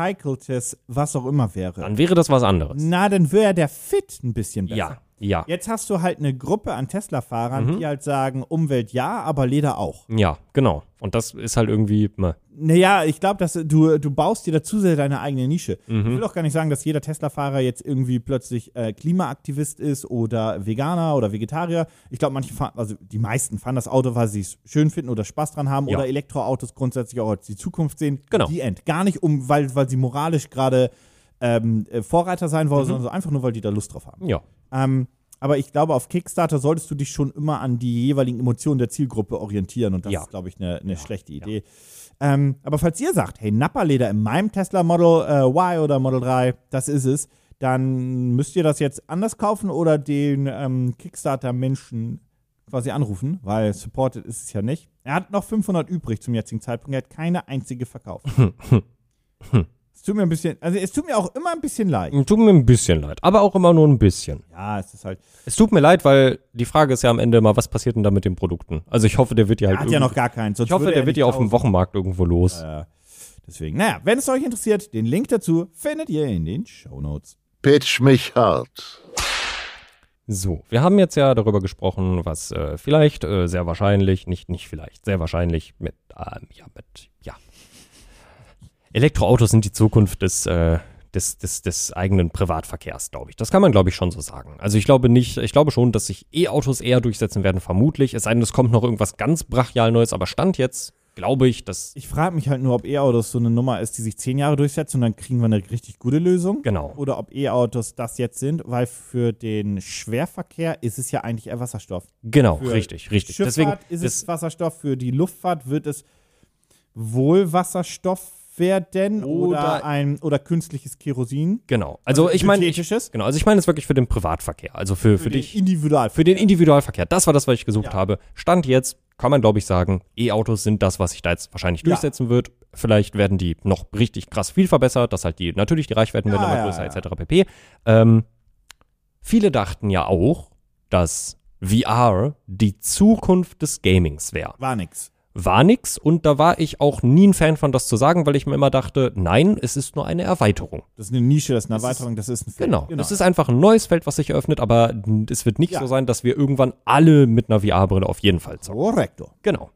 S2: recyceltes, was auch immer wäre,
S3: dann wäre das was anderes.
S2: na, dann wäre der Fit ein bisschen besser.
S3: Ja, Mhm. ja,
S2: Jetzt hast du halt eine Gruppe an Tesla-Fahrern, die halt sagen, Umwelt ja, aber Leder auch.
S3: ja, genau. Und das ist halt irgendwie, meh.
S2: Naja, ich glaube, dass du, du baust dir dazu sehr deine eigene Nische.
S3: Mhm.
S2: Ich will auch gar nicht sagen, dass jeder Tesla-Fahrer jetzt irgendwie plötzlich äh, Klimaaktivist ist oder Veganer oder Vegetarier. Ich glaube, manche fahren, also die meisten fahren das Auto, weil sie es schön finden oder Spaß dran haben
S3: Ja.
S2: oder Elektroautos grundsätzlich auch als die Zukunft sehen.
S3: Genau.
S2: Die End. Gar nicht um, weil, weil sie moralisch gerade ähm, äh, Vorreiter sein
S3: Mhm.
S2: wollen, sondern so einfach nur, weil die da Lust drauf haben.
S3: ja.
S2: Ähm, aber ich glaube, auf Kickstarter solltest du dich schon immer an die jeweiligen Emotionen der Zielgruppe orientieren. Und das
S3: Ja.
S2: ist, glaube ich, eine eine schlechte Idee. Ähm, aber falls ihr sagt, hey, Napperleder in meinem Tesla Model äh, Y oder Model 3, das ist es, dann müsst ihr das jetzt anders kaufen oder den ähm, Kickstarter-Menschen quasi anrufen, weil supported ist es ja nicht. Er hat noch 500 übrig zum jetzigen Zeitpunkt. Er hat keine einzige verkauft. es tut mir ein bisschen, also es tut mir auch immer ein bisschen leid.
S3: Tut mir ein bisschen leid, aber auch immer nur ein bisschen.
S2: Ja, es ist halt.
S3: Es tut mir leid, weil die Frage ist ja am Ende mal, was passiert denn da mit den Produkten? Also ich hoffe, der wird ja
S2: Er
S3: halt
S2: hat ja noch
S3: irgendwie-
S2: gar keinen. Sonst
S3: Ich hoffe,
S2: würde
S3: der
S2: er
S3: wird
S2: nicht
S3: ja auf
S2: kaufen.
S3: dem Wochenmarkt irgendwo los.
S2: Äh, deswegen, naja, wenn es euch interessiert, den Link dazu findet ihr in den Show Notes.
S1: Pitch mich hart.
S3: So, wir haben jetzt ja darüber gesprochen, was äh, vielleicht, äh, sehr wahrscheinlich, nicht, nicht vielleicht, sehr wahrscheinlich mit, ähm, ja, mit, ja. Elektroautos sind die Zukunft des, äh, des, des, des eigenen Privatverkehrs, glaube ich. Das kann man, glaube ich, schon so sagen. Also ich glaube nicht, ich glaube schon, dass sich E-Autos eher durchsetzen werden, vermutlich. Es sei denn, es kommt noch irgendwas ganz brachial Neues, aber Stand jetzt glaube ich, dass,
S2: Ich frage mich halt nur, ob E-Autos so eine Nummer ist, die sich zehn Jahre durchsetzt und dann kriegen wir eine richtig gute Lösung.
S3: Genau.
S2: Oder ob E-Autos das jetzt sind, weil für den Schwerverkehr ist es ja eigentlich eher Wasserstoff.
S3: genau,
S2: Für
S3: richtig, richtig.
S2: Schifffahrt
S3: Deswegen,
S2: ist
S3: das,
S2: es Wasserstoff, für die Luftfahrt wird es wohl Wasserstoff werden oder,
S3: Oder-
S2: ein oder künstliches Kerosin.
S3: genau. Also ich meine, ich,
S2: synthetisches?
S3: genau, also ich meine es wirklich für den Privatverkehr, also für, für,
S2: den
S3: dich.
S2: individual.
S3: Für den Individualverkehr, das war das, was ich gesucht habe. Stand jetzt kann man, glaube ich, sagen, E-Autos sind das, was sich da jetzt wahrscheinlich
S2: Ja.
S3: durchsetzen wird. Vielleicht werden die noch richtig krass viel verbessert, dass halt die, natürlich die Reichweiten werden
S2: Ja,
S3: immer
S2: ja,
S3: größer,
S2: ja.
S3: etc. pp. Ähm, viele dachten ja auch, dass VR die Zukunft des Gamings wäre
S2: war nix.
S3: war nix und da war ich auch nie ein Fan von, das zu sagen, weil ich mir immer dachte, nein, es ist nur eine Erweiterung.
S2: Das ist eine Nische, das ist eine Erweiterung, das ist ein Feld.
S3: Genau. Es ist einfach ein neues Feld, was sich eröffnet, aber es wird nicht
S2: Ja.
S3: so sein, dass wir irgendwann alle mit einer VR-Brille auf jeden Fall zocken.
S2: Korrektor.
S3: Genau.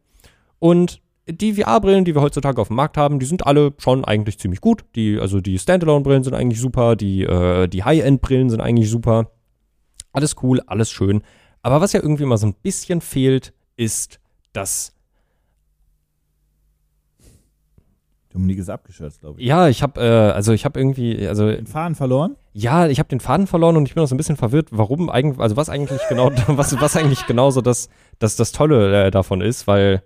S3: Und die VR-Brillen, die wir heutzutage auf dem Markt haben, die sind alle schon eigentlich ziemlich gut. Die, also die Standalone-Brillen sind eigentlich super, die, äh, die High-End-Brillen sind eigentlich super. Alles cool, alles schön. Aber was ja irgendwie mal so ein bisschen fehlt, ist das
S2: Dominik ist abgeschürzt, glaube ich.
S3: Ja, ich habe äh, also ich habe irgendwie also
S2: Den Faden verloren?
S3: ja, ich habe den Faden verloren und ich bin auch so ein bisschen verwirrt, warum eigentlich also was eigentlich genau was was eigentlich genau so das das das tolle äh, davon ist, weil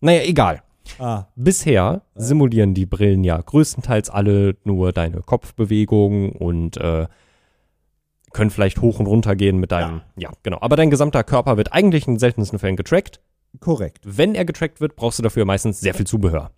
S3: naja, egal.
S2: Ah.
S3: Bisher simulieren die Brillen ja größtenteils alle nur deine Kopfbewegungen und äh, können vielleicht hoch und runter gehen mit deinem ja, genau, aber dein gesamter Körper wird eigentlich in den seltensten Fällen getrackt
S2: Korrekt.
S3: wenn er getrackt wird, brauchst du dafür meistens sehr viel Zubehör.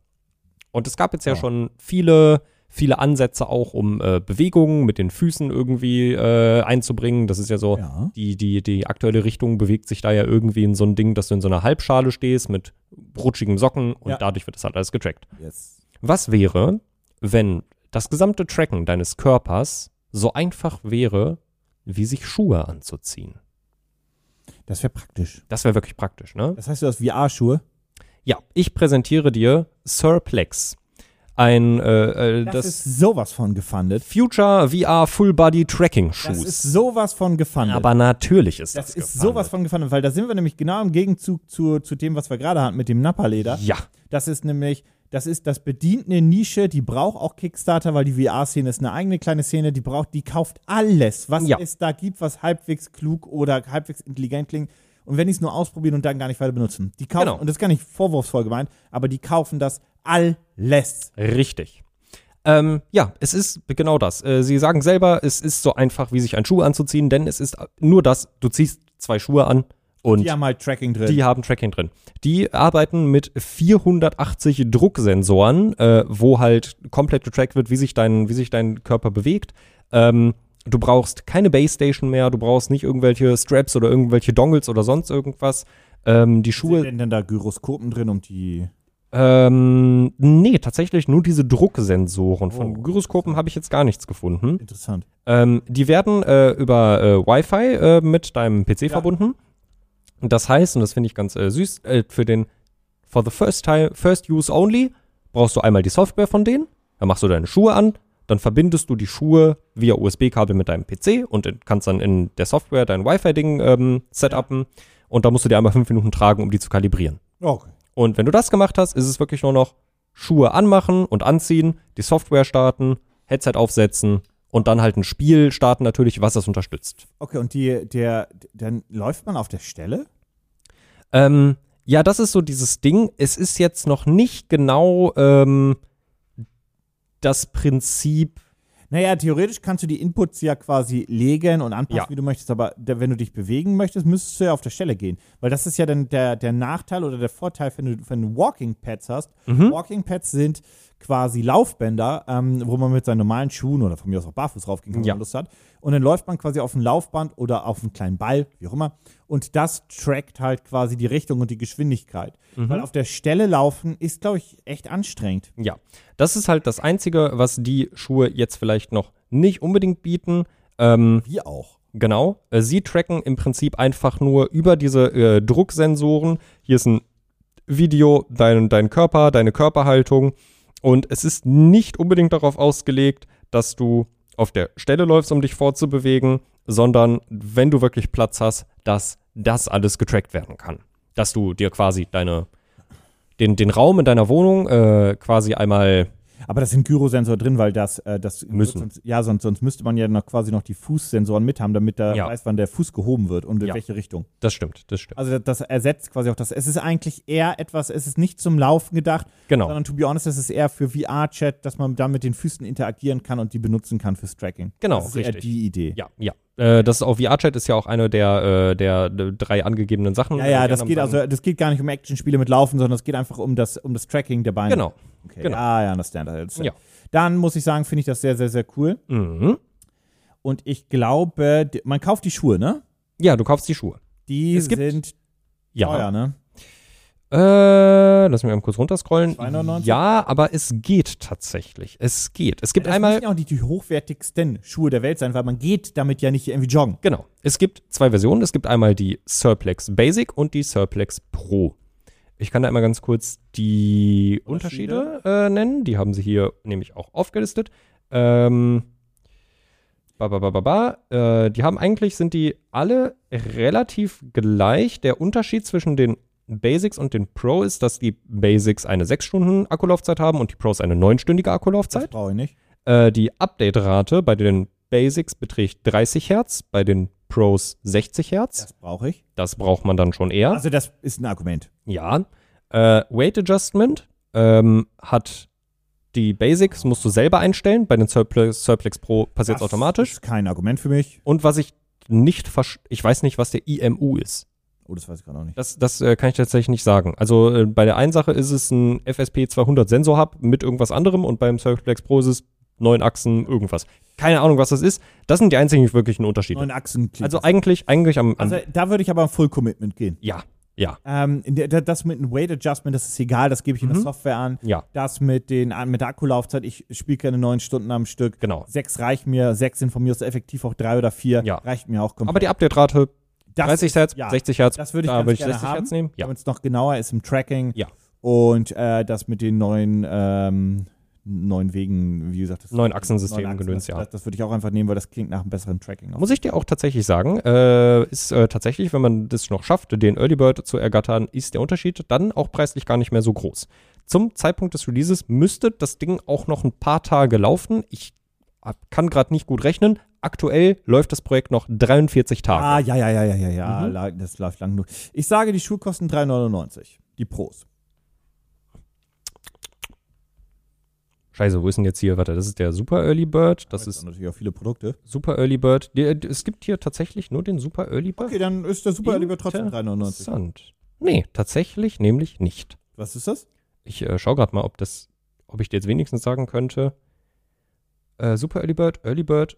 S3: Und es gab jetzt ja, schon viele, viele Ansätze auch, um äh, Bewegungen mit den Füßen irgendwie äh, einzubringen. Das ist ja so,
S2: Ja.
S3: die, die, die aktuelle Richtung bewegt sich da ja irgendwie in so ein Ding, dass du in so einer Halbschale stehst mit rutschigen Socken und
S2: Ja.
S3: dadurch wird das halt alles getrackt.
S2: Yes.
S3: Was wäre, wenn das gesamte Tracken deines Körpers so einfach wäre, wie sich Schuhe anzuziehen?
S2: Das wäre praktisch.
S3: Das wäre wirklich praktisch, ne?
S2: Das heißt, du hast VR-Schuhe.
S3: Ja, ich präsentiere dir Surplex. Ein äh, äh,
S2: Das,
S3: das,
S2: ist sowas von gefundet.
S3: Future VR Full Body Tracking
S2: Das
S3: Shoes.
S2: ist sowas von gefundet.
S3: Aber natürlich ist das.
S2: das, ist
S3: gefundet.
S2: sowas von gefundet, weil da sind wir nämlich genau im Gegenzug zu, zu dem, was wir gerade hatten mit dem Napperleder.
S3: Ja,
S2: Das ist nämlich, das ist das bedient eine Nische, die braucht auch Kickstarter, weil die VR-Szene ist eine eigene kleine Szene, die braucht, die kauft alles, was
S3: Ja.
S2: es da gibt, was halbwegs klug oder halbwegs intelligent klingt. und wenn die es nur ausprobieren und dann gar nicht weiter benutzen. Die kaufen,
S3: Genau.
S2: und das ist gar nicht vorwurfsvoll gemeint, aber die kaufen das alles.
S3: Richtig. Ähm, ja, es ist genau das. Äh, Sie sagen selber, es ist so einfach, wie sich ein Schuh anzuziehen, denn es ist nur das, du ziehst zwei Schuhe an und
S2: Die haben halt Tracking drin.
S3: die haben Tracking drin. Die arbeiten mit 480 Drucksensoren, äh, wo halt komplett getrackt wird, wie sich dein, wie sich dein Körper bewegt. Ähm, du brauchst keine Base Station mehr, du brauchst nicht irgendwelche Straps oder irgendwelche Dongles oder sonst irgendwas. Ähm, die Schuhe.
S2: Sind denn da Gyroskopen drin, um die
S3: Ähm, nee, tatsächlich nur diese Drucksensoren. Von
S2: Oh.
S3: Gyroskopen habe ich jetzt gar nichts gefunden.
S2: interessant.
S3: Ähm, die werden äh, über äh, Wi-Fi äh, mit deinem PC verbunden. Und das heißt, und das finde ich ganz äh, süß, äh, für den for the first time, first use only, brauchst du einmal die Software von denen, dann machst du deine Schuhe an, dann verbindest du die Schuhe via USB-Kabel mit deinem PC und in, kannst dann in der Software dein Wi-Fi-Ding ähm, setupen. Und da musst du dir einmal fünf Minuten tragen, um die zu kalibrieren.
S2: Okay.
S3: Und wenn du das gemacht hast, ist es wirklich nur noch Schuhe anmachen und anziehen, die Software starten, Headset aufsetzen und dann halt ein Spiel starten natürlich, was das unterstützt.
S2: Okay, und die, der, dann läuft man auf der Stelle?
S3: Ähm, ja, das ist so dieses Ding. Es ist jetzt noch nicht genau ähm, das Prinzip.
S2: Naja, theoretisch kannst du die Inputs ja quasi legen und anpassen,
S3: Ja.
S2: wie du möchtest, aber da, wenn du dich bewegen möchtest, müsstest du ja auf der Stelle gehen. Weil das ist ja dann der, der Nachteil oder der Vorteil, wenn du, wenn du Walking Pads hast.
S3: Mhm.
S2: Walking Pads sind quasi Laufbänder, ähm, wo man mit seinen normalen Schuhen oder von mir aus auch barfuß raufgehen kann, wenn
S3: Ja.
S2: man Lust hat. Und dann läuft man quasi auf ein Laufband oder auf einen kleinen Ball, wie auch immer. Und das trackt halt quasi die Richtung und die Geschwindigkeit.
S3: Mhm.
S2: Weil auf der Stelle laufen ist, glaube ich, echt anstrengend.
S3: Ja, das ist halt das Einzige, was die Schuhe jetzt vielleicht noch nicht unbedingt bieten. Ähm,
S2: Wie auch.
S3: Genau. Äh, Sie tracken im Prinzip einfach nur über diese äh, Drucksensoren. Hier ist ein Video, dein, dein Körper, deine Körperhaltung. Und es ist nicht unbedingt darauf ausgelegt, dass du auf der Stelle läufst, um dich fortzubewegen, sondern wenn du wirklich Platz hast, dass das alles getrackt werden kann. Dass du dir quasi deine, den, den Raum in deiner Wohnung äh, quasi einmal
S2: Aber das sind Gyrosensor drin, weil das, äh, das
S3: Müssen.
S2: Sonst, ja, sonst, sonst müsste man ja noch quasi noch die Fußsensoren mit haben, damit da
S3: Ja.
S2: weiß, wann der Fuß gehoben wird und in
S3: Ja.
S2: welche Richtung.
S3: Das stimmt, das stimmt.
S2: Also das, das ersetzt quasi auch das. Es ist eigentlich eher etwas, es ist nicht zum Laufen gedacht,
S3: Genau.
S2: sondern to be honest, es ist eher für VR-Chat, dass man da mit den Füßen interagieren kann und die benutzen kann fürs Tracking.
S3: Genau,
S2: das ist eher
S3: richtig.
S2: die Idee.
S3: Ja, ja. Äh, das ist auch VR-Chat ist ja auch eine der, äh, der, der drei angegebenen Sachen.
S2: Ja,
S3: Äh,
S2: ja,
S3: die
S2: das
S3: anderen
S2: geht
S3: Sachen-
S2: also, das geht gar nicht um Actionspiele mit Laufen, sondern es geht einfach um das, um das Tracking der Beine.
S3: Genau.
S2: Okay. Ah,
S3: genau.
S2: Ja, ja, understand. I understand.
S3: Ja.
S2: Dann muss ich sagen, finde ich das sehr, sehr, sehr cool.
S3: Mhm.
S2: Und ich glaube, di- man kauft die Schuhe, ne?
S3: Ja, du kaufst die Schuhe.
S2: Die
S3: Es gibt-
S2: sind
S3: Ja.
S2: teuer, ne?
S3: Äh, lass mich mal kurz runterscrollen.
S2: 2,99?
S3: Ja, aber es geht tatsächlich. Es geht. Es gibt
S2: Das
S3: einmal.
S2: müssen ja auch nicht die hochwertigsten Schuhe der Welt sein, weil man geht damit ja nicht irgendwie joggen.
S3: Genau. Es gibt zwei Versionen. Es gibt einmal die Surplex Basic und die Surplex Pro. Ich kann da einmal ganz kurz die Unterschiede, äh, nennen. Die haben sie hier nämlich auch aufgelistet. Ähm, ba, ba, ba, ba, ba. Äh, die haben eigentlich, sind die alle relativ gleich. Der Unterschied zwischen den Basics und den Pro ist, dass die Basics eine 6-Stunden-Akkulaufzeit haben und die Pros eine 9-stündige Akkulaufzeit.
S2: Das brauche ich nicht.
S3: Äh, die Update-Rate bei den Basics beträgt 30 Hertz, bei den Pros 60 Hertz.
S2: Das brauche ich.
S3: Das braucht man dann schon eher.
S2: Also das ist ein Argument.
S3: ja. Äh, Weight Adjustment ähm, hat die Basics, musst du selber einstellen. Bei den Surplex, Surplex Pro passiert es
S2: Das
S3: automatisch.
S2: ist kein Argument für mich.
S3: Und was ich nicht verstehe, ich weiß nicht, was der IMU ist.
S2: Oh, das weiß ich gerade noch nicht.
S3: Das, das äh, kann ich tatsächlich nicht sagen. Also äh, bei der einen Sache ist es ein FSP 200 Sensor Hub mit irgendwas anderem und beim Surflex Pro ist es neun Achsen irgendwas. Keine Ahnung, was das ist. Das sind die einzigen wirklichen Unterschiede.
S2: Neun Achsen klingt.
S3: Also eigentlich, eigentlich am, am
S2: also da würde ich aber Full Commitment gehen.
S3: ja, ja,
S2: Ähm, in der, da- das mit einem Weight Adjustment, das ist egal, das gebe ich
S3: Mhm.
S2: in der Software an.
S3: ja,
S2: Das mit, den, äh, mit der Akkulaufzeit, ich spiele keine neun Stunden am Stück.
S3: genau.
S2: Sechs reicht mir, sechs sind von mir aus effektiv auch drei oder vier.
S3: Ja.
S2: Reicht mir auch komplett.
S3: Aber die Update-Rate
S2: Das
S3: 30
S2: ist-
S3: Hertz,
S2: ja,
S3: 60 Hertz.
S2: Das würde ich
S3: da
S2: ganz
S3: würde ich
S2: gerne
S3: 60
S2: haben,
S3: Hertz nehmen. Ja,
S2: Damit es noch genauer ist im Tracking.
S3: Ja.
S2: Und äh, das mit den neuen, ähm, neuen Wegen, wie gesagt, das
S3: neun Achsen-System gedöns,
S2: das,
S3: ja.
S2: Das, das würde ich auch einfach nehmen, weil das klingt nach einem besseren Tracking.
S3: Muss ich dir auch tatsächlich sagen, äh, ist äh, tatsächlich, wenn man das noch schafft, den Early Bird zu ergattern, ist der Unterschied dann auch preislich gar nicht mehr so groß. Zum Zeitpunkt des Releases müsste das Ding auch noch ein paar Tage laufen. Ich hab- kann gerade ah, nicht gut rechnen, aktuell läuft das Projekt noch 43 Tage.
S2: Ah, ja, ja, ja, ja, ja, ja.
S3: Mhm.
S2: la- Das läuft lang genug. Ich sage, die Schuhe kosten 3,99. Die Pros.
S3: Scheiße, wo ist denn jetzt hier? Warte, das ist der Super Early Bird. Das
S2: Aber jetzt
S3: ist
S2: haben natürlich auch viele Produkte.
S3: Super Early Bird. Die, die, es gibt hier tatsächlich nur den Super Early Bird.
S2: Okay, dann ist der Super lieber trotzdem 3,99.
S3: Interessant. Nee, tatsächlich nämlich nicht.
S2: Was ist das?
S3: Ich äh, schaue gerade mal, ob das, ob ich dir jetzt wenigstens sagen könnte. Äh, Super Early Bird, Early Bird.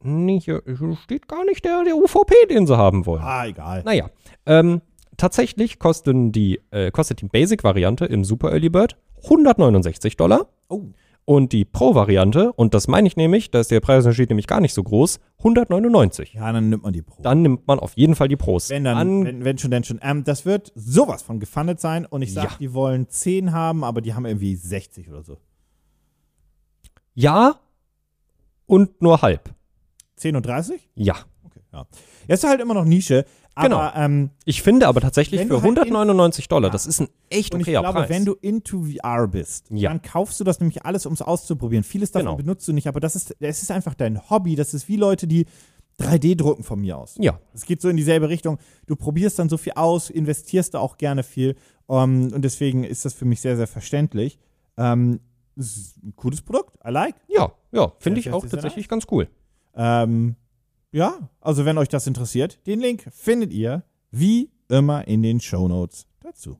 S3: Nee, hier hier steht gar nicht der, der UVP, den sie haben wollen.
S2: Ah, egal.
S3: Naja, ähm, tatsächlich kosten die, äh, kostet die Basic-Variante im Super Early Bird 169 Dollar
S2: Oh,
S3: und die Pro-Variante, und das meine ich nämlich, da ist der Preisunterschied nämlich gar nicht so groß, 199.
S2: ja, dann nimmt man die Pro.
S3: Dann nimmt man auf jeden Fall die Pros.
S2: wenn dann,
S3: An-
S2: wenn, wenn schon, denn schon. Ähm, das wird sowas von gefundet sein und ich sag,
S3: Ja.
S2: die wollen 10 haben, aber die haben irgendwie 60 oder so.
S3: ja und nur halb.
S2: 10 und 30?
S3: Ja.
S2: Okay, ja. Jetzt halt immer noch Nische, aber
S3: Genau.
S2: ähm,
S3: Ich finde aber tatsächlich
S2: Wenn
S3: für
S2: du halt in-
S3: 199 Dollar, das ist ein echt
S2: Und ich
S3: okayer
S2: glaube,
S3: Preis.
S2: wenn du into VR bist,
S3: Ja.
S2: dann kaufst du das nämlich alles, um es auszuprobieren. Vieles davon
S3: Genau.
S2: benutzt du nicht, aber das ist, das ist einfach dein Hobby. Das ist wie Leute, die 3D drucken von mir aus.
S3: ja,
S2: Es geht so in dieselbe Richtung. Du probierst dann so viel aus, investierst da auch gerne viel. ähm, und deswegen ist das für mich sehr, sehr verständlich. Ähm, es ist ein cooles Produkt. I like.
S3: ja, ja, finde
S2: Ja,
S3: ich
S2: das
S3: auch
S2: ist ja
S3: tatsächlich ganz cool.
S2: Ähm, ja, also wenn euch das interessiert, den Link findet ihr wie immer in den Shownotes dazu.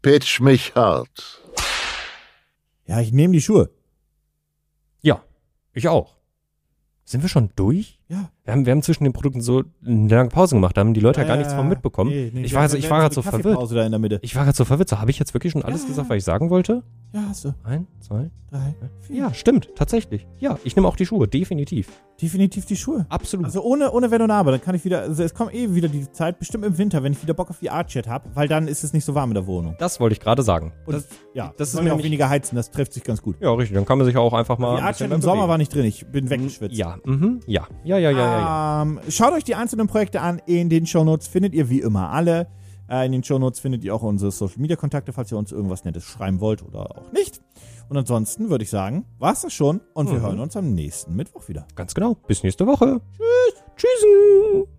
S1: Pitch mich hart.
S2: Ja, ich nehme die Schuhe.
S3: Ja, ich auch. Sind wir schon durch?
S2: Ja.
S3: Wir haben, wir haben zwischen den Produkten so eine lange Pause gemacht, da haben die Leute ja, gar nichts von mitbekommen.
S2: Nee, nee,
S3: ich
S2: wir-
S3: war, also,
S2: wir
S3: ich
S2: werden
S3: war gerade so
S2: eine
S3: verwirrt.
S2: Kaffeepause Da in der Mitte.
S3: Ich war gerade so verwirrt. So, habe ich jetzt wirklich schon alles
S2: Ja,
S3: gesagt,
S2: ja.
S3: was ich sagen wollte?
S2: Ja, hast du.
S3: Ein, zwei.
S2: Drei, vier.
S3: Ja, stimmt, tatsächlich. Ja, ich nehme auch die Schuhe, definitiv.
S2: Definitiv die Schuhe.
S3: Absolut.
S2: Also ohne, ohne Wenn und Aber, dann kann ich wieder, also es kommt eh wieder die Zeit, bestimmt im Winter, wenn ich wieder Bock auf VR-Chat habe, weil dann ist es nicht so warm in der Wohnung.
S3: das wollte ich gerade sagen.
S2: Und ja,
S3: das ist
S2: wollen wir auch
S3: nämlich-
S2: weniger heizen, das trifft sich ganz gut.
S3: ja, richtig. Dann kann man sich auch einfach mal. ein bisschen
S2: VR-Chat
S3: mehr
S2: im Sommer
S3: bewegen.
S2: war nicht drin, ich bin weggeschwitzt.
S3: Ja, mhm, ja. Ja, ja, ja, ja, ja.
S2: Ähm, schaut euch die einzelnen Projekte an. In den Shownotes findet ihr wie immer alle. Äh, in den Shownotes findet ihr auch unsere Social-Media-Kontakte, falls ihr uns irgendwas Nettes schreiben wollt oder auch nicht. Und ansonsten würde ich sagen, war's das schon und wir
S3: Mhm.
S2: hören uns am nächsten Mittwoch wieder.
S3: Ganz genau. Bis nächste Woche. Tschüss. Tschüssen.